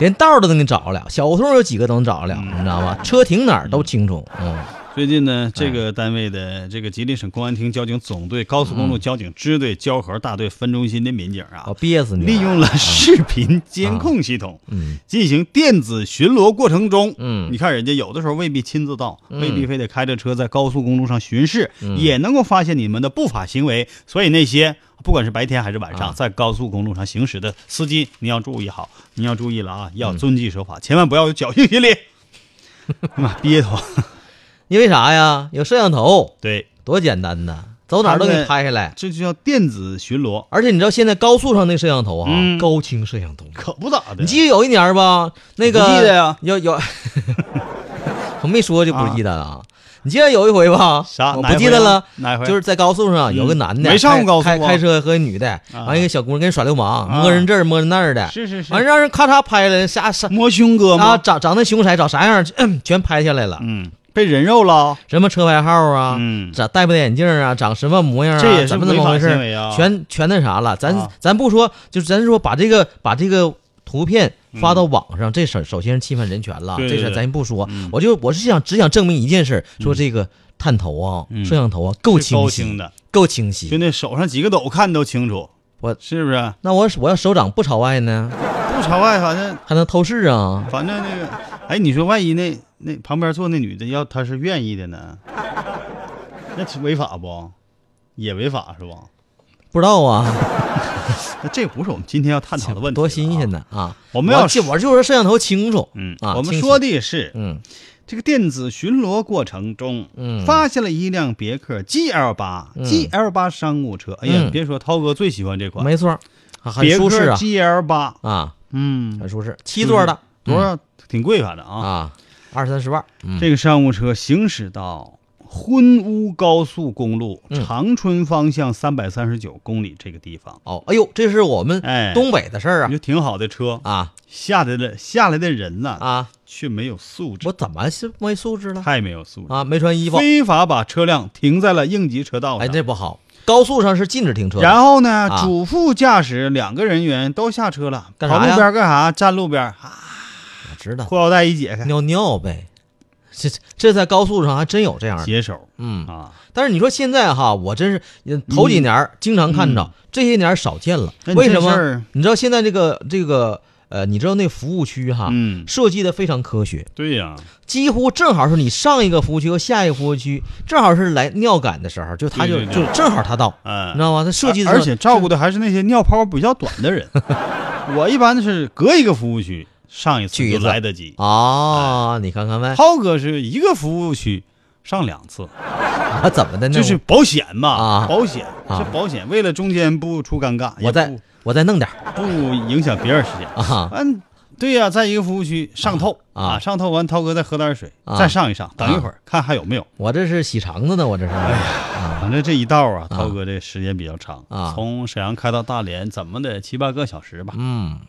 Speaker 3: 连道儿都能给找着了，小胡同有几个都能找着
Speaker 2: 嗯
Speaker 3: 了，你知道吗？车停哪儿都清楚。嗯
Speaker 2: 最近呢，这个单位的这个吉林省公安厅交警总队高速公路交警支队交河大队分中心的民警啊，
Speaker 3: 我憋死你了！
Speaker 2: 利用了视频监控系统，
Speaker 3: 嗯
Speaker 2: 进行电子巡逻过程中，
Speaker 3: 嗯
Speaker 2: 你看人家有的时候未必亲自到，
Speaker 3: 嗯
Speaker 2: 未必非得开着车在高速公路上巡视，
Speaker 3: 嗯
Speaker 2: 也能够发现你们的不法行为。所以那些不管是白天还是晚上，
Speaker 3: 啊
Speaker 2: 在高速公路上行驶的司机，你要注意好，你要注意了啊，
Speaker 3: 嗯
Speaker 2: 要遵纪守法，千万不要有侥幸 心理。妈憋得慌，
Speaker 3: 因为啥呀？有摄像头，
Speaker 2: 对，
Speaker 3: 多简单呐，走哪儿都给你拍下来。
Speaker 2: 这就叫电子巡逻，
Speaker 3: 而且你知道现在高速上那摄像头啊，
Speaker 2: 嗯
Speaker 3: 高清摄像头。
Speaker 2: 可不咋的。
Speaker 3: 你记得有一年儿吧？那个
Speaker 2: 不记得呀
Speaker 3: 有有，我没说就不记得了啊。你记得有一回吧？
Speaker 2: 啥？
Speaker 3: 我不记得了。
Speaker 2: 哪回？嗯
Speaker 3: 就是在高速上有个男的，
Speaker 2: 没上过高速，
Speaker 3: 开
Speaker 2: 啊
Speaker 3: 开车和女的，完一个小姑娘跟人耍流氓，摸人这儿摸人那儿的，
Speaker 2: 是是是，
Speaker 3: 完让人咔嚓拍了，下下
Speaker 2: 摸胸哥
Speaker 3: 啊，长长那胸色，长啥样， 全拍下来了。
Speaker 2: 嗯。被人肉了，
Speaker 3: 什么车牌号啊？嗯，咋戴不戴眼镜啊？长什么模样啊？
Speaker 2: 这也是
Speaker 3: 怎么怎么回事？
Speaker 2: 啊、
Speaker 3: 全全那啥了，咱、啊、咱不说，就是咱说把这个把这个图片发到网上，嗯、这事首先是侵犯人权了，
Speaker 2: 对对对
Speaker 3: 这事咱不说。嗯、我就我是想只想证明一件事，说这个探头啊、
Speaker 2: 嗯、
Speaker 3: 摄像头啊够清
Speaker 2: 晰的，
Speaker 3: 够清晰。
Speaker 2: 就那手上几个斗看都清楚，
Speaker 3: 我
Speaker 2: 是不是？
Speaker 3: 那我我要手掌不朝外呢？
Speaker 2: 不朝外，反正
Speaker 3: 还能透视啊。
Speaker 2: 反正那个，哎，你说万一那。那旁边坐那女的，要她是愿意的呢，那违法不？也违法是吧？
Speaker 3: 不知道啊，
Speaker 2: 那这不是我们今天要探讨的问题、啊。
Speaker 3: 多新鲜呢啊！
Speaker 2: 我们要
Speaker 3: 我就是摄像头清楚，
Speaker 2: 嗯
Speaker 3: 啊，
Speaker 2: 我们说的是，
Speaker 3: 嗯，
Speaker 2: 这个电子巡逻过程中，
Speaker 3: 嗯，
Speaker 2: 发现了一辆别克 GL 八、
Speaker 3: 嗯、
Speaker 2: GL 八商务车。哎呀，
Speaker 3: 嗯、
Speaker 2: 别说涛哥最喜欢这款，
Speaker 3: 没错，很
Speaker 2: 别
Speaker 3: 舒适
Speaker 2: 啊，GL 八
Speaker 3: 啊，
Speaker 2: 嗯，
Speaker 3: 很舒适，七座的，
Speaker 2: 多少、嗯、挺贵反正啊
Speaker 3: 啊。二三十万，嗯、
Speaker 2: 这个商务车行驶到昏乌高速公路、
Speaker 3: 嗯、
Speaker 2: 长春方向三百三十九公里这个地方。
Speaker 3: 哦，哎呦，这是我们东北的事儿啊，
Speaker 2: 就挺好的车
Speaker 3: 啊，
Speaker 2: 下来的下来的人呢
Speaker 3: 啊，
Speaker 2: 却没有素质。
Speaker 3: 我怎么是没素质了？
Speaker 2: 太没有素质
Speaker 3: 啊！没穿衣服，
Speaker 2: 非法把车辆停在了应急车道上。
Speaker 3: 哎，这不好。高速上是禁止停车，
Speaker 2: 然后呢，啊、主副驾驶两个人员都下车了，
Speaker 3: 干
Speaker 2: 啥跑路边干啥？站路边啊。
Speaker 3: 知道，
Speaker 2: 裤腰带一解开，
Speaker 3: 尿尿呗。这这在高速上还真有这样的
Speaker 2: 解手，
Speaker 3: 嗯
Speaker 2: 啊。
Speaker 3: 但是你说现在哈，我真是呃头几年经常看着，这些年少见了。为什么？你知道现在这个这个呃，你知道那服务区哈，
Speaker 2: 嗯
Speaker 3: 设计的非常科学。
Speaker 2: 对呀，
Speaker 3: 几乎正好是你上一个服务区和下一个服务区，正好是来尿感的时候，就他就就正好他到，
Speaker 2: 哎
Speaker 3: 你知道吗？他设计的，
Speaker 2: 嗯而且照顾的还是那些尿泡比较短的 人。我一般是隔一个服务区。上一次就来得
Speaker 3: 哦
Speaker 2: 及
Speaker 3: 啊！你看看呗，
Speaker 2: 涛哥是一个服务区上两次，
Speaker 3: 啊，怎么的呢？
Speaker 2: 就是保险嘛，
Speaker 3: 啊，
Speaker 2: 保险这保险，为了中间不出尴尬，
Speaker 3: 我再我再弄点，
Speaker 2: 不影响别人时间
Speaker 3: 啊。
Speaker 2: 嗯，对呀，在一个服务区上透
Speaker 3: 啊，
Speaker 2: 上透完，涛哥再喝点水，再上一上，等一会儿看还有没有。
Speaker 3: 我这是洗肠子呢，我这是。哎呀，
Speaker 2: 反正这一道啊，涛哥这时间比较长
Speaker 3: 啊，
Speaker 2: 从沈阳开到大连，怎么得七八个小时吧？
Speaker 3: 嗯。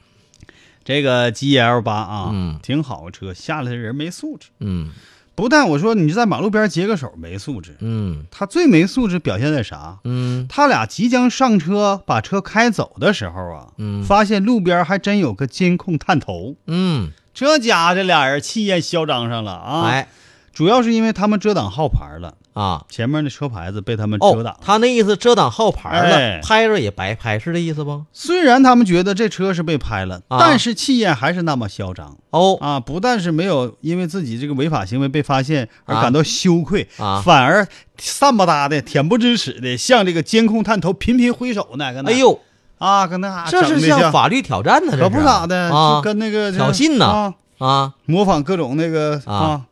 Speaker 2: 这个 GL 八啊，
Speaker 3: 嗯，
Speaker 2: 挺好车，下来的人没素质，
Speaker 3: 嗯，
Speaker 2: 不但我说你在马路边接个手没素质，
Speaker 3: 嗯，
Speaker 2: 他最没素质表现在啥？
Speaker 3: 嗯，
Speaker 2: 他俩即将上车把车开走的时候啊，
Speaker 3: 嗯，
Speaker 2: 发现路边还真有个监控探头，
Speaker 3: 嗯，
Speaker 2: 这家这俩人气焰嚣张上了啊，
Speaker 3: 哎，
Speaker 2: 主要是因为他们遮挡号牌了
Speaker 3: 啊，
Speaker 2: 前面的车牌子被他们遮挡、哦，
Speaker 3: 他那意思遮挡号牌了，
Speaker 2: 哎、
Speaker 3: 拍着也白拍，是这意思不？
Speaker 2: 虽然他们觉得这车是被拍了，
Speaker 3: 啊、
Speaker 2: 但是气焰还是那么嚣张
Speaker 3: 哦
Speaker 2: 啊！不但是没有因为自己这个违法行为被发现而感到羞愧，
Speaker 3: 啊、
Speaker 2: 反而散不搭的、恬不知耻的向这个监控探头频频挥手呢，跟
Speaker 3: 哎呦
Speaker 2: 啊，跟那
Speaker 3: 这是向法律挑战呢，这
Speaker 2: 可不咋的，
Speaker 3: 啊、
Speaker 2: 就跟那个
Speaker 3: 挑衅呢
Speaker 2: 啊，模仿各种那个啊。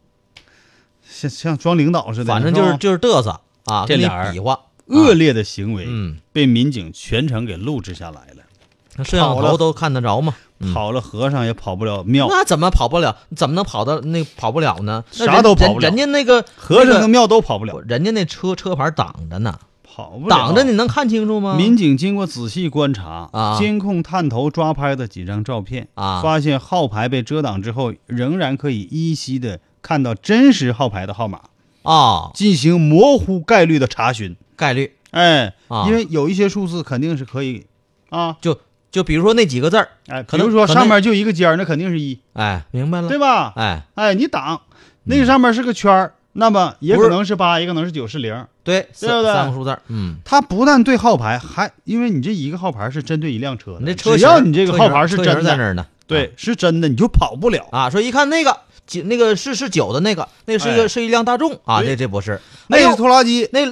Speaker 2: 像像装领导似的，
Speaker 3: 反正就是就是嘚瑟啊，
Speaker 2: 这
Speaker 3: 俩比划
Speaker 2: 恶劣的行为，
Speaker 3: 嗯，
Speaker 2: 被民警全程给录制下来了。
Speaker 3: 那摄像头都看得着吗？
Speaker 2: 跑了和尚也跑不了庙，
Speaker 3: 嗯那怎么跑不了？怎么能跑到那跑不了呢？
Speaker 2: 啥都跑不
Speaker 3: 了，人家那个
Speaker 2: 和尚和庙都跑不了，
Speaker 3: 人家那车车牌挡着呢，
Speaker 2: 跑不
Speaker 3: 挡着你能看清楚吗？
Speaker 2: 民警经过仔细观察
Speaker 3: 啊，
Speaker 2: 监控探头抓拍的几张照片
Speaker 3: 啊，
Speaker 2: 发现号牌被遮挡之后，仍然可以依稀的。看到真实号牌的号码
Speaker 3: 啊，
Speaker 2: 进行模糊概率的查询，
Speaker 3: 概率，
Speaker 2: 哎，
Speaker 3: 啊
Speaker 2: 因为有一些数字肯定是可以啊，
Speaker 3: 就就比如说那几个字儿，
Speaker 2: 哎，
Speaker 3: 可能
Speaker 2: 说上面就一个尖儿，那肯定是一，
Speaker 3: 哎，明白了，
Speaker 2: 对吧？
Speaker 3: 哎
Speaker 2: 哎，你挡那个上面是个圈儿，那么也可能是八，也可能是九，是零，
Speaker 3: 对，
Speaker 2: 对不对？
Speaker 3: 三个数字，嗯，
Speaker 2: 它不但对号牌，还因为你这一个号牌是针对一辆车，
Speaker 3: 你这车
Speaker 2: 嗯只要你这个号牌是真
Speaker 3: 在那儿呢，
Speaker 2: 对，是真的，你就跑不了
Speaker 3: 啊啊。说一看那个。九那个是是九的那个，那是一个是一辆大众啊，这这不是，
Speaker 2: 哎那是拖拉机，
Speaker 3: 那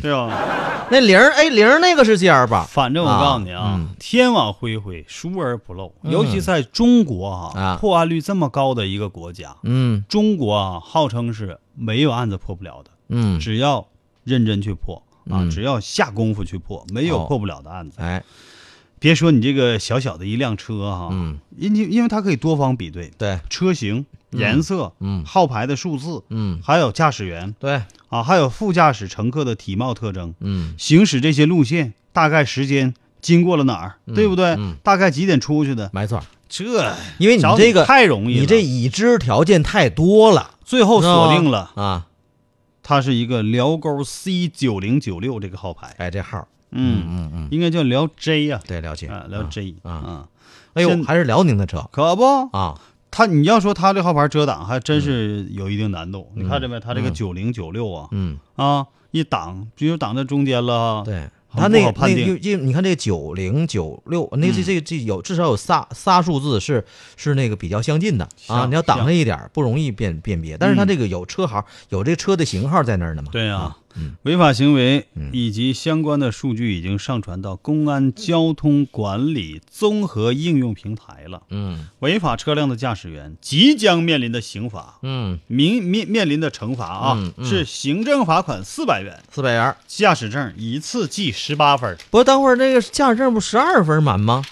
Speaker 2: 对吧？
Speaker 3: 啊那零哎零那个是 G R 吧？
Speaker 2: 反正我告诉你啊，
Speaker 3: 嗯
Speaker 2: 天网恢恢，疏而不漏，尤其在中国啊，破案率这么高的一个国家，
Speaker 3: 嗯，
Speaker 2: 中国啊号称是没有案子破不了的，
Speaker 3: 嗯，
Speaker 2: 只要认真去破啊，只要下功夫去破，没
Speaker 3: 哦
Speaker 2: 有破不了的案子。
Speaker 3: 哎，
Speaker 2: 别说你这个小小的一辆车哈，
Speaker 3: 嗯，
Speaker 2: 因因为它可以多方比对，
Speaker 3: 对
Speaker 2: 车型。颜色，
Speaker 3: 嗯，
Speaker 2: 号牌的数字，
Speaker 3: 嗯，
Speaker 2: 还有驾驶员，
Speaker 3: 对，
Speaker 2: 啊，还有副驾驶乘客的体貌特征，
Speaker 3: 嗯，
Speaker 2: 行驶这些路线，大概时间经过了哪儿，对不对？大概几点出去的？
Speaker 3: 没错，
Speaker 2: 嗯这
Speaker 3: 因为你这个
Speaker 2: 太容易了，
Speaker 3: 你这已知条件太多了，
Speaker 2: 最后锁定了
Speaker 3: 啊，
Speaker 2: 它是一个辽沟 C 九零九六这个号牌，
Speaker 3: 哎，这号，
Speaker 2: 嗯
Speaker 3: 嗯嗯，
Speaker 2: 应该叫辽 J 呀，
Speaker 3: 对，了解，
Speaker 2: 辽 J 啊，
Speaker 3: 哎呦，还是辽宁的车，
Speaker 2: 可不
Speaker 3: 啊。
Speaker 2: 他你要说他这号牌遮挡还真是有一定难度，
Speaker 3: 嗯
Speaker 2: 你看着没？他这个
Speaker 3: 嗯
Speaker 2: 九零九六啊，
Speaker 3: 嗯
Speaker 2: 啊，一挡，比如挡在中间了，
Speaker 3: 对，他
Speaker 2: 很
Speaker 3: 那个
Speaker 2: 不好判
Speaker 3: 那
Speaker 2: 定
Speaker 3: 个，因为你看这个九零九六，那这
Speaker 2: 嗯
Speaker 3: 这这有至少有仨仨数字是是那个比较相近的啊，
Speaker 2: 像
Speaker 3: 你要挡
Speaker 2: 像
Speaker 3: 它一点儿不容易辨辨别，但是它这个有车号，有这车的型号在那儿呢嘛，
Speaker 2: 嗯对呀，
Speaker 3: 嗯
Speaker 2: 违法行为以及相关的数据已经上传到公安交通管理综合应用平台了。
Speaker 3: 嗯
Speaker 2: 违法车辆的驾驶员即将面临的刑罚，
Speaker 3: 嗯，
Speaker 2: 明面面临的惩罚啊，
Speaker 3: 嗯嗯
Speaker 2: 是行政罚款四百元，
Speaker 3: 四百元儿。
Speaker 2: 驾驶证一次记十八分儿，
Speaker 3: 不过等会儿那个驾驶证不十二分满吗？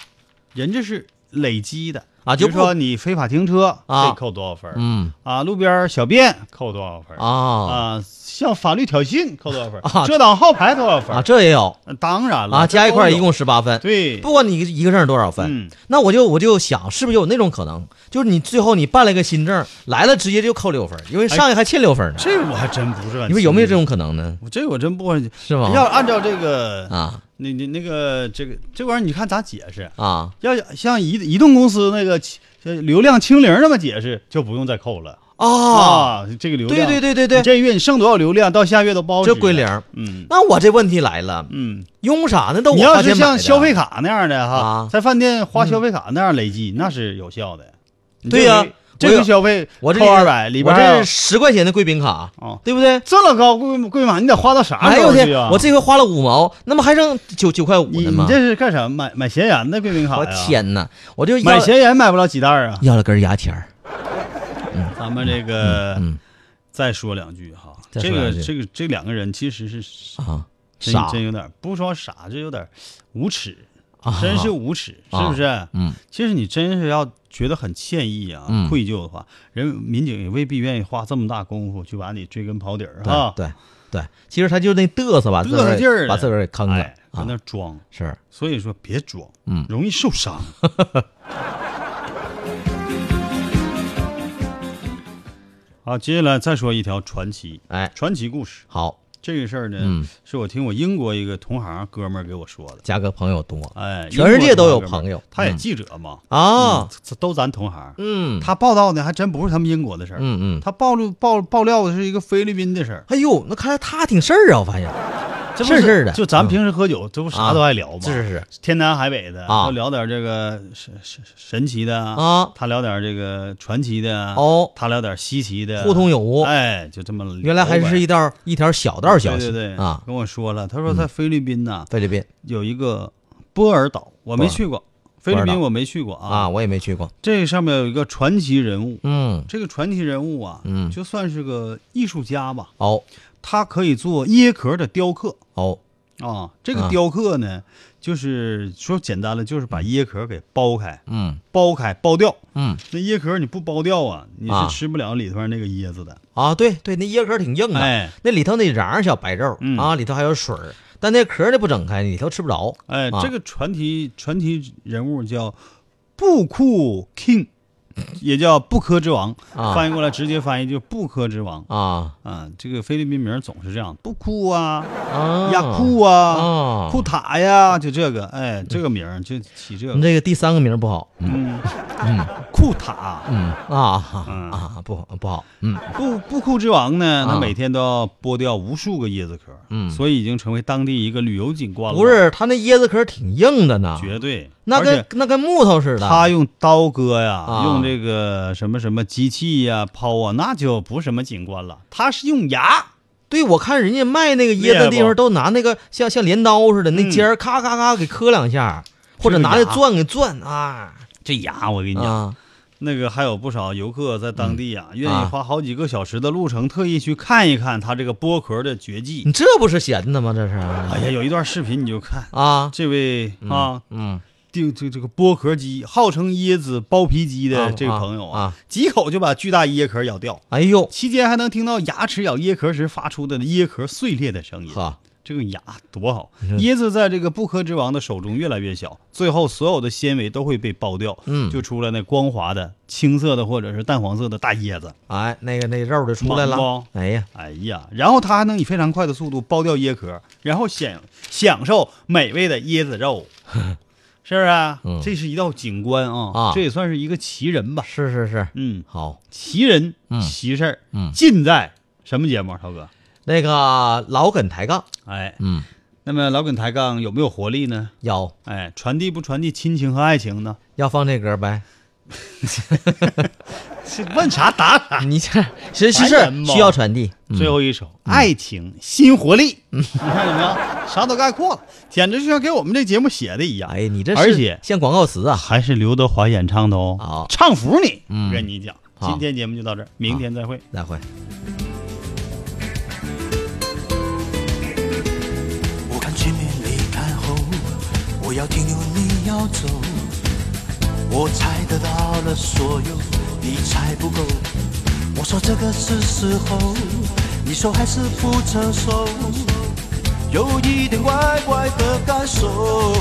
Speaker 2: 人这是累积的
Speaker 3: 啊
Speaker 2: 就
Speaker 3: 就
Speaker 2: 比
Speaker 3: 不
Speaker 2: 如说你非法停车
Speaker 3: 啊
Speaker 2: 被扣多少分儿，
Speaker 3: 嗯
Speaker 2: 啊，路边小便扣多少分儿
Speaker 3: 啊
Speaker 2: 啊，向法律挑衅扣多少分儿
Speaker 3: 啊
Speaker 2: 遮挡号牌多少分儿
Speaker 3: 啊，这也有
Speaker 2: 呃当然了
Speaker 3: 啊，加一块儿一共
Speaker 2: 是
Speaker 3: 十八 分，
Speaker 2: 对，
Speaker 3: 不管你一个证多少分，
Speaker 2: 嗯
Speaker 3: 那我就我就想，是不是有那种可能，就是你最后你办了一个新证来了，直接就扣六分儿，因为上一还欠六分儿呢。
Speaker 2: 这我还真不哎是很啊
Speaker 3: 你说有没有
Speaker 2: 清
Speaker 3: 这种可能呢？
Speaker 2: 楚？这我真不会
Speaker 3: 是吗？
Speaker 2: 要按照这个
Speaker 3: 啊
Speaker 2: 那那那个这个这玩意儿，你看咋解释？
Speaker 3: 啊
Speaker 2: 要像移移动公司那个清呃流量清零那么解释，就不用再扣了
Speaker 3: 啊！
Speaker 2: 啊。这个流
Speaker 3: 对
Speaker 2: 量，
Speaker 3: 对
Speaker 2: 对，
Speaker 3: 对对对，
Speaker 2: 这月你剩多少流量，到下月都包
Speaker 3: 这
Speaker 2: 值
Speaker 3: 归。零。
Speaker 2: 嗯
Speaker 3: 那我这问题来了，
Speaker 2: 嗯，
Speaker 3: 用啥呢？都我
Speaker 2: 你要
Speaker 3: 花
Speaker 2: 是
Speaker 3: 钱买
Speaker 2: 像
Speaker 3: 的。
Speaker 2: 消费卡那样的哈
Speaker 3: 啊，
Speaker 2: 在饭店花消费卡那样累计，那是有效的。你
Speaker 3: 对
Speaker 2: 这
Speaker 3: 呀
Speaker 2: 回
Speaker 3: 我
Speaker 2: 这个
Speaker 3: 有
Speaker 2: 消费
Speaker 3: 我这
Speaker 2: 扣二百，里边
Speaker 3: 我
Speaker 2: 还有
Speaker 3: 这十块钱的贵宾卡，
Speaker 2: 哦
Speaker 3: 对不对？
Speaker 2: 这么高贵贵嘛，你得花到啥
Speaker 3: 哎
Speaker 2: 时
Speaker 3: 呦
Speaker 2: 候
Speaker 3: 我
Speaker 2: 去啊？
Speaker 3: 天，我这回花了五毛，那么还剩九九块五
Speaker 2: 你
Speaker 3: 呢
Speaker 2: 你
Speaker 3: 吗？
Speaker 2: 这是干啥？买买咸盐的贵宾卡
Speaker 3: 我
Speaker 2: 呀？
Speaker 3: 天哪！我就要
Speaker 2: 啊买咸盐买不了几袋儿啊！
Speaker 3: 要了根牙签儿，
Speaker 2: 咱们这个
Speaker 3: 嗯
Speaker 2: 再说两句哈，
Speaker 3: 再
Speaker 2: 这
Speaker 3: 说
Speaker 2: 个
Speaker 3: 两句
Speaker 2: 这个这两个人其实是
Speaker 3: 啊，
Speaker 2: 真
Speaker 3: 傻
Speaker 2: 真有点不说傻，这有点无耻，
Speaker 3: 啊
Speaker 2: 真是无耻，是不是？
Speaker 3: 嗯，
Speaker 2: 其实你真是要觉得很歉意啊、
Speaker 3: 嗯
Speaker 2: 愧疚的话，人民警也未必愿意花这么大功夫去把你追根刨底儿
Speaker 3: 对
Speaker 2: 哈，
Speaker 3: 对对，其实他就那嘚瑟吧，
Speaker 2: 啊嘚瑟劲儿的
Speaker 3: 把自个儿给坑了
Speaker 2: 哎，搁
Speaker 3: 啊
Speaker 2: 那，装。
Speaker 3: 是
Speaker 2: 所以说别装，
Speaker 3: 嗯
Speaker 2: 容易受 伤。好，接下来再说一条传奇，
Speaker 3: 哎
Speaker 2: 传奇故事。
Speaker 3: 好，
Speaker 2: 这个事儿呢，
Speaker 3: 嗯
Speaker 2: 是我听我英国一个同行哥们儿给我说的。
Speaker 3: 嘉哥朋友多
Speaker 2: 哎，
Speaker 3: 全世界都有
Speaker 2: 英国同行哥们儿
Speaker 3: 朋友
Speaker 2: 他也
Speaker 3: 嗯
Speaker 2: 记者嘛，
Speaker 3: 啊，
Speaker 2: 嗯都咱同行。
Speaker 3: 嗯，
Speaker 2: 他报道的还真不是他们英国的事儿，
Speaker 3: 嗯嗯，
Speaker 2: 他暴露爆爆料的是一个菲律宾的事儿。
Speaker 3: 哎呦，那看来他挺事儿啊，我发现
Speaker 2: 这不
Speaker 3: 是事儿的
Speaker 2: 就咱
Speaker 3: 嗯啊
Speaker 2: 平时喝酒，这不啥都爱聊吗？
Speaker 3: 是是是
Speaker 2: 天南海北的，
Speaker 3: 啊
Speaker 2: 都聊点这个神神神奇的
Speaker 3: 啊
Speaker 2: 他聊点这个传奇的
Speaker 3: 哦
Speaker 2: 他聊点稀奇的，
Speaker 3: 互通有无
Speaker 2: 哎，就这么聊呗。
Speaker 3: 原来还是一道一条小道消息
Speaker 2: 对对对
Speaker 3: 啊，
Speaker 2: 跟我说了，他说在菲律宾呐
Speaker 3: 菲律宾
Speaker 2: 有一个波尔岛，我没
Speaker 3: 波尔
Speaker 2: 去过，菲律
Speaker 3: 波尔
Speaker 2: 宾
Speaker 3: 岛
Speaker 2: 我没去过
Speaker 3: 啊，
Speaker 2: 啊。
Speaker 3: 我也没去过，
Speaker 2: 这上面有一个传奇人物，
Speaker 3: 嗯，
Speaker 2: 这个传奇人物啊，
Speaker 3: 嗯
Speaker 2: 就算是个艺术家吧，
Speaker 3: 哦
Speaker 2: 他可以做椰壳的雕刻。
Speaker 3: 哦，
Speaker 2: 啊，这个
Speaker 3: 啊
Speaker 2: 雕刻呢，就是说简单了，就是把椰壳给剥开，
Speaker 3: 嗯
Speaker 2: 剥开剥掉。
Speaker 3: 嗯
Speaker 2: 那椰壳你不剥掉啊，你是
Speaker 3: 啊
Speaker 2: 吃不了里头那个椰子的。
Speaker 3: 啊，对对，那椰壳挺硬的，
Speaker 2: 哎
Speaker 3: 那里头那瓤儿小白肉
Speaker 2: 嗯
Speaker 3: 啊，里头还有水儿，但那壳儿那不整开，里头吃不着，
Speaker 2: 哎，
Speaker 3: 啊
Speaker 2: 这个传奇传奇人物叫布库 king，也叫布科之王，
Speaker 3: 啊
Speaker 2: 翻译过来直接翻译就布科之王。
Speaker 3: 啊
Speaker 2: 啊，这个菲律宾名儿总是这样，布库啊，
Speaker 3: 啊，
Speaker 2: 亚库啊，
Speaker 3: 啊，
Speaker 2: 库塔呀，就这个，哎，这个名儿就起这
Speaker 3: 你
Speaker 2: 个，
Speaker 3: 这个第三个名儿不好，嗯
Speaker 2: 嗯， 库塔，
Speaker 3: 嗯啊
Speaker 2: 嗯
Speaker 3: 啊不不好，嗯
Speaker 2: 布布库之王呢，他
Speaker 3: 啊
Speaker 2: 每天都要剥掉无数个椰子壳，
Speaker 3: 嗯
Speaker 2: 所以已经成为当地一个旅游景观了。
Speaker 3: 不，是，它那椰子壳挺硬的呢，
Speaker 2: 绝对。
Speaker 3: 那
Speaker 2: 而
Speaker 3: 跟
Speaker 2: 且
Speaker 3: 那跟木头似的，
Speaker 2: 他用刀割呀，
Speaker 3: 啊
Speaker 2: 用这个什么什么机器呀剖啊，那就不是什么景观了，他是用牙。
Speaker 3: 对，我看人家卖那个椰子的地
Speaker 2: 厉害不
Speaker 3: 方都拿那个像像镰刀似的，那
Speaker 2: 嗯
Speaker 3: 尖儿咔咔咔给磕两下，或者拿
Speaker 2: 这
Speaker 3: 那
Speaker 2: 个牙
Speaker 3: 钻给钻啊
Speaker 2: 这牙，我跟你讲，
Speaker 3: 啊！
Speaker 2: 那个还有不少游客在当地啊，愿意
Speaker 3: 啊
Speaker 2: 花好几个小时的路程，特意去看一看他这个剥壳的绝技。
Speaker 3: 你这不是闲的吗？这是
Speaker 2: 哎呀，有一段视频你就看，
Speaker 3: 啊
Speaker 2: 这位啊，
Speaker 3: 嗯
Speaker 2: 这这这个剥壳机，号称椰子剥皮机的这个朋友啊，几口就把巨大椰壳咬掉。
Speaker 3: 哎呦，
Speaker 2: 期间还能听到牙齿咬椰壳时发出的椰壳碎裂的声音。
Speaker 3: 哈，
Speaker 2: 这个牙多好！椰子在这个不科之王的手中越来越小，最后所有的纤维都会被剥掉，
Speaker 3: 嗯，
Speaker 2: 就出来那光滑的、青色的或者是淡黄色的大椰子。
Speaker 3: 哎，那个那肉就出来了。哎呀，
Speaker 2: 哎呀，然后它还能以非常快的速度剥掉椰壳，然后享享受美味的椰 子肉。是不是、啊？
Speaker 3: 嗯
Speaker 2: 这是一道景观啊，
Speaker 3: 啊
Speaker 2: 这也算是一个奇人吧？
Speaker 3: 是是是，
Speaker 2: 嗯，
Speaker 3: 好，
Speaker 2: 奇人，
Speaker 3: 嗯
Speaker 2: 奇事儿，
Speaker 3: 嗯
Speaker 2: 尽在什么节目啊？涛哥，
Speaker 3: 那个老梗抬杠，
Speaker 2: 哎，
Speaker 3: 嗯，
Speaker 2: 那么老梗抬杠有没有活力呢？
Speaker 3: 有，
Speaker 2: 哎，传递不传递亲情和爱情呢？
Speaker 3: 要放这歌呗。
Speaker 2: 是问啥答啥，
Speaker 3: 你这其实是需要传递。嗯
Speaker 2: 最后一首《爱情新活力》，你看见没有？啥都概括了，简直就像给我们这节目写的一样。
Speaker 3: 哎，你这是
Speaker 2: 而且
Speaker 3: 像广告词啊，
Speaker 2: 还是刘德华演唱的哦，
Speaker 3: 好
Speaker 2: 唱服你！
Speaker 3: 嗯
Speaker 2: 我跟你讲，
Speaker 3: 好
Speaker 2: 今天节目就到这儿，明天再会。
Speaker 3: 再会。
Speaker 6: 我看见你离开后，我要停留，你要走，我才得到了所有，你才不够。我说这个是时候，你说还是不成熟，有一点怪怪的感受。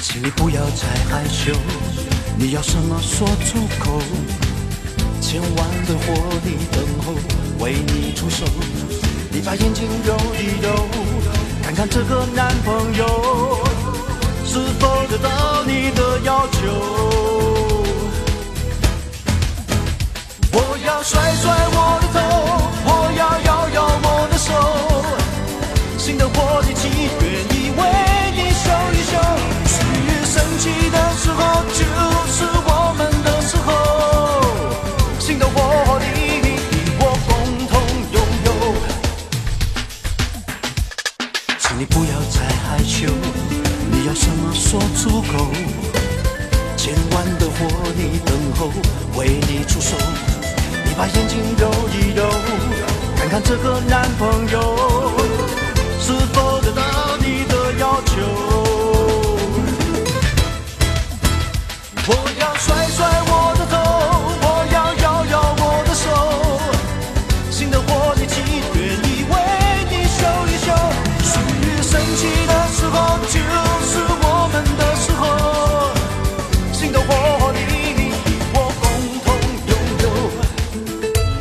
Speaker 6: 请你不要再害羞，你要什么说出口，千万的活力等候，为你出手。你把眼睛揉一揉，看看这个男朋友是否得到你的要求。我要甩甩我的头，我要摇摇我的手，新的活力起源已为你秀一秀。属于神奇的时候，就是我们的时候，新的活力你我共同拥有。请你不要再害羞，你有什么说出口，千万的活力等候，为你出手。你把眼睛揉一揉，看看这个男朋友是否得到你的要求。我要甩甩我的头，我要摇摇我的手。新的活力起源已为你秀一秀。属于神奇的时候，就是我们的时候。新的活力，你我共同拥有。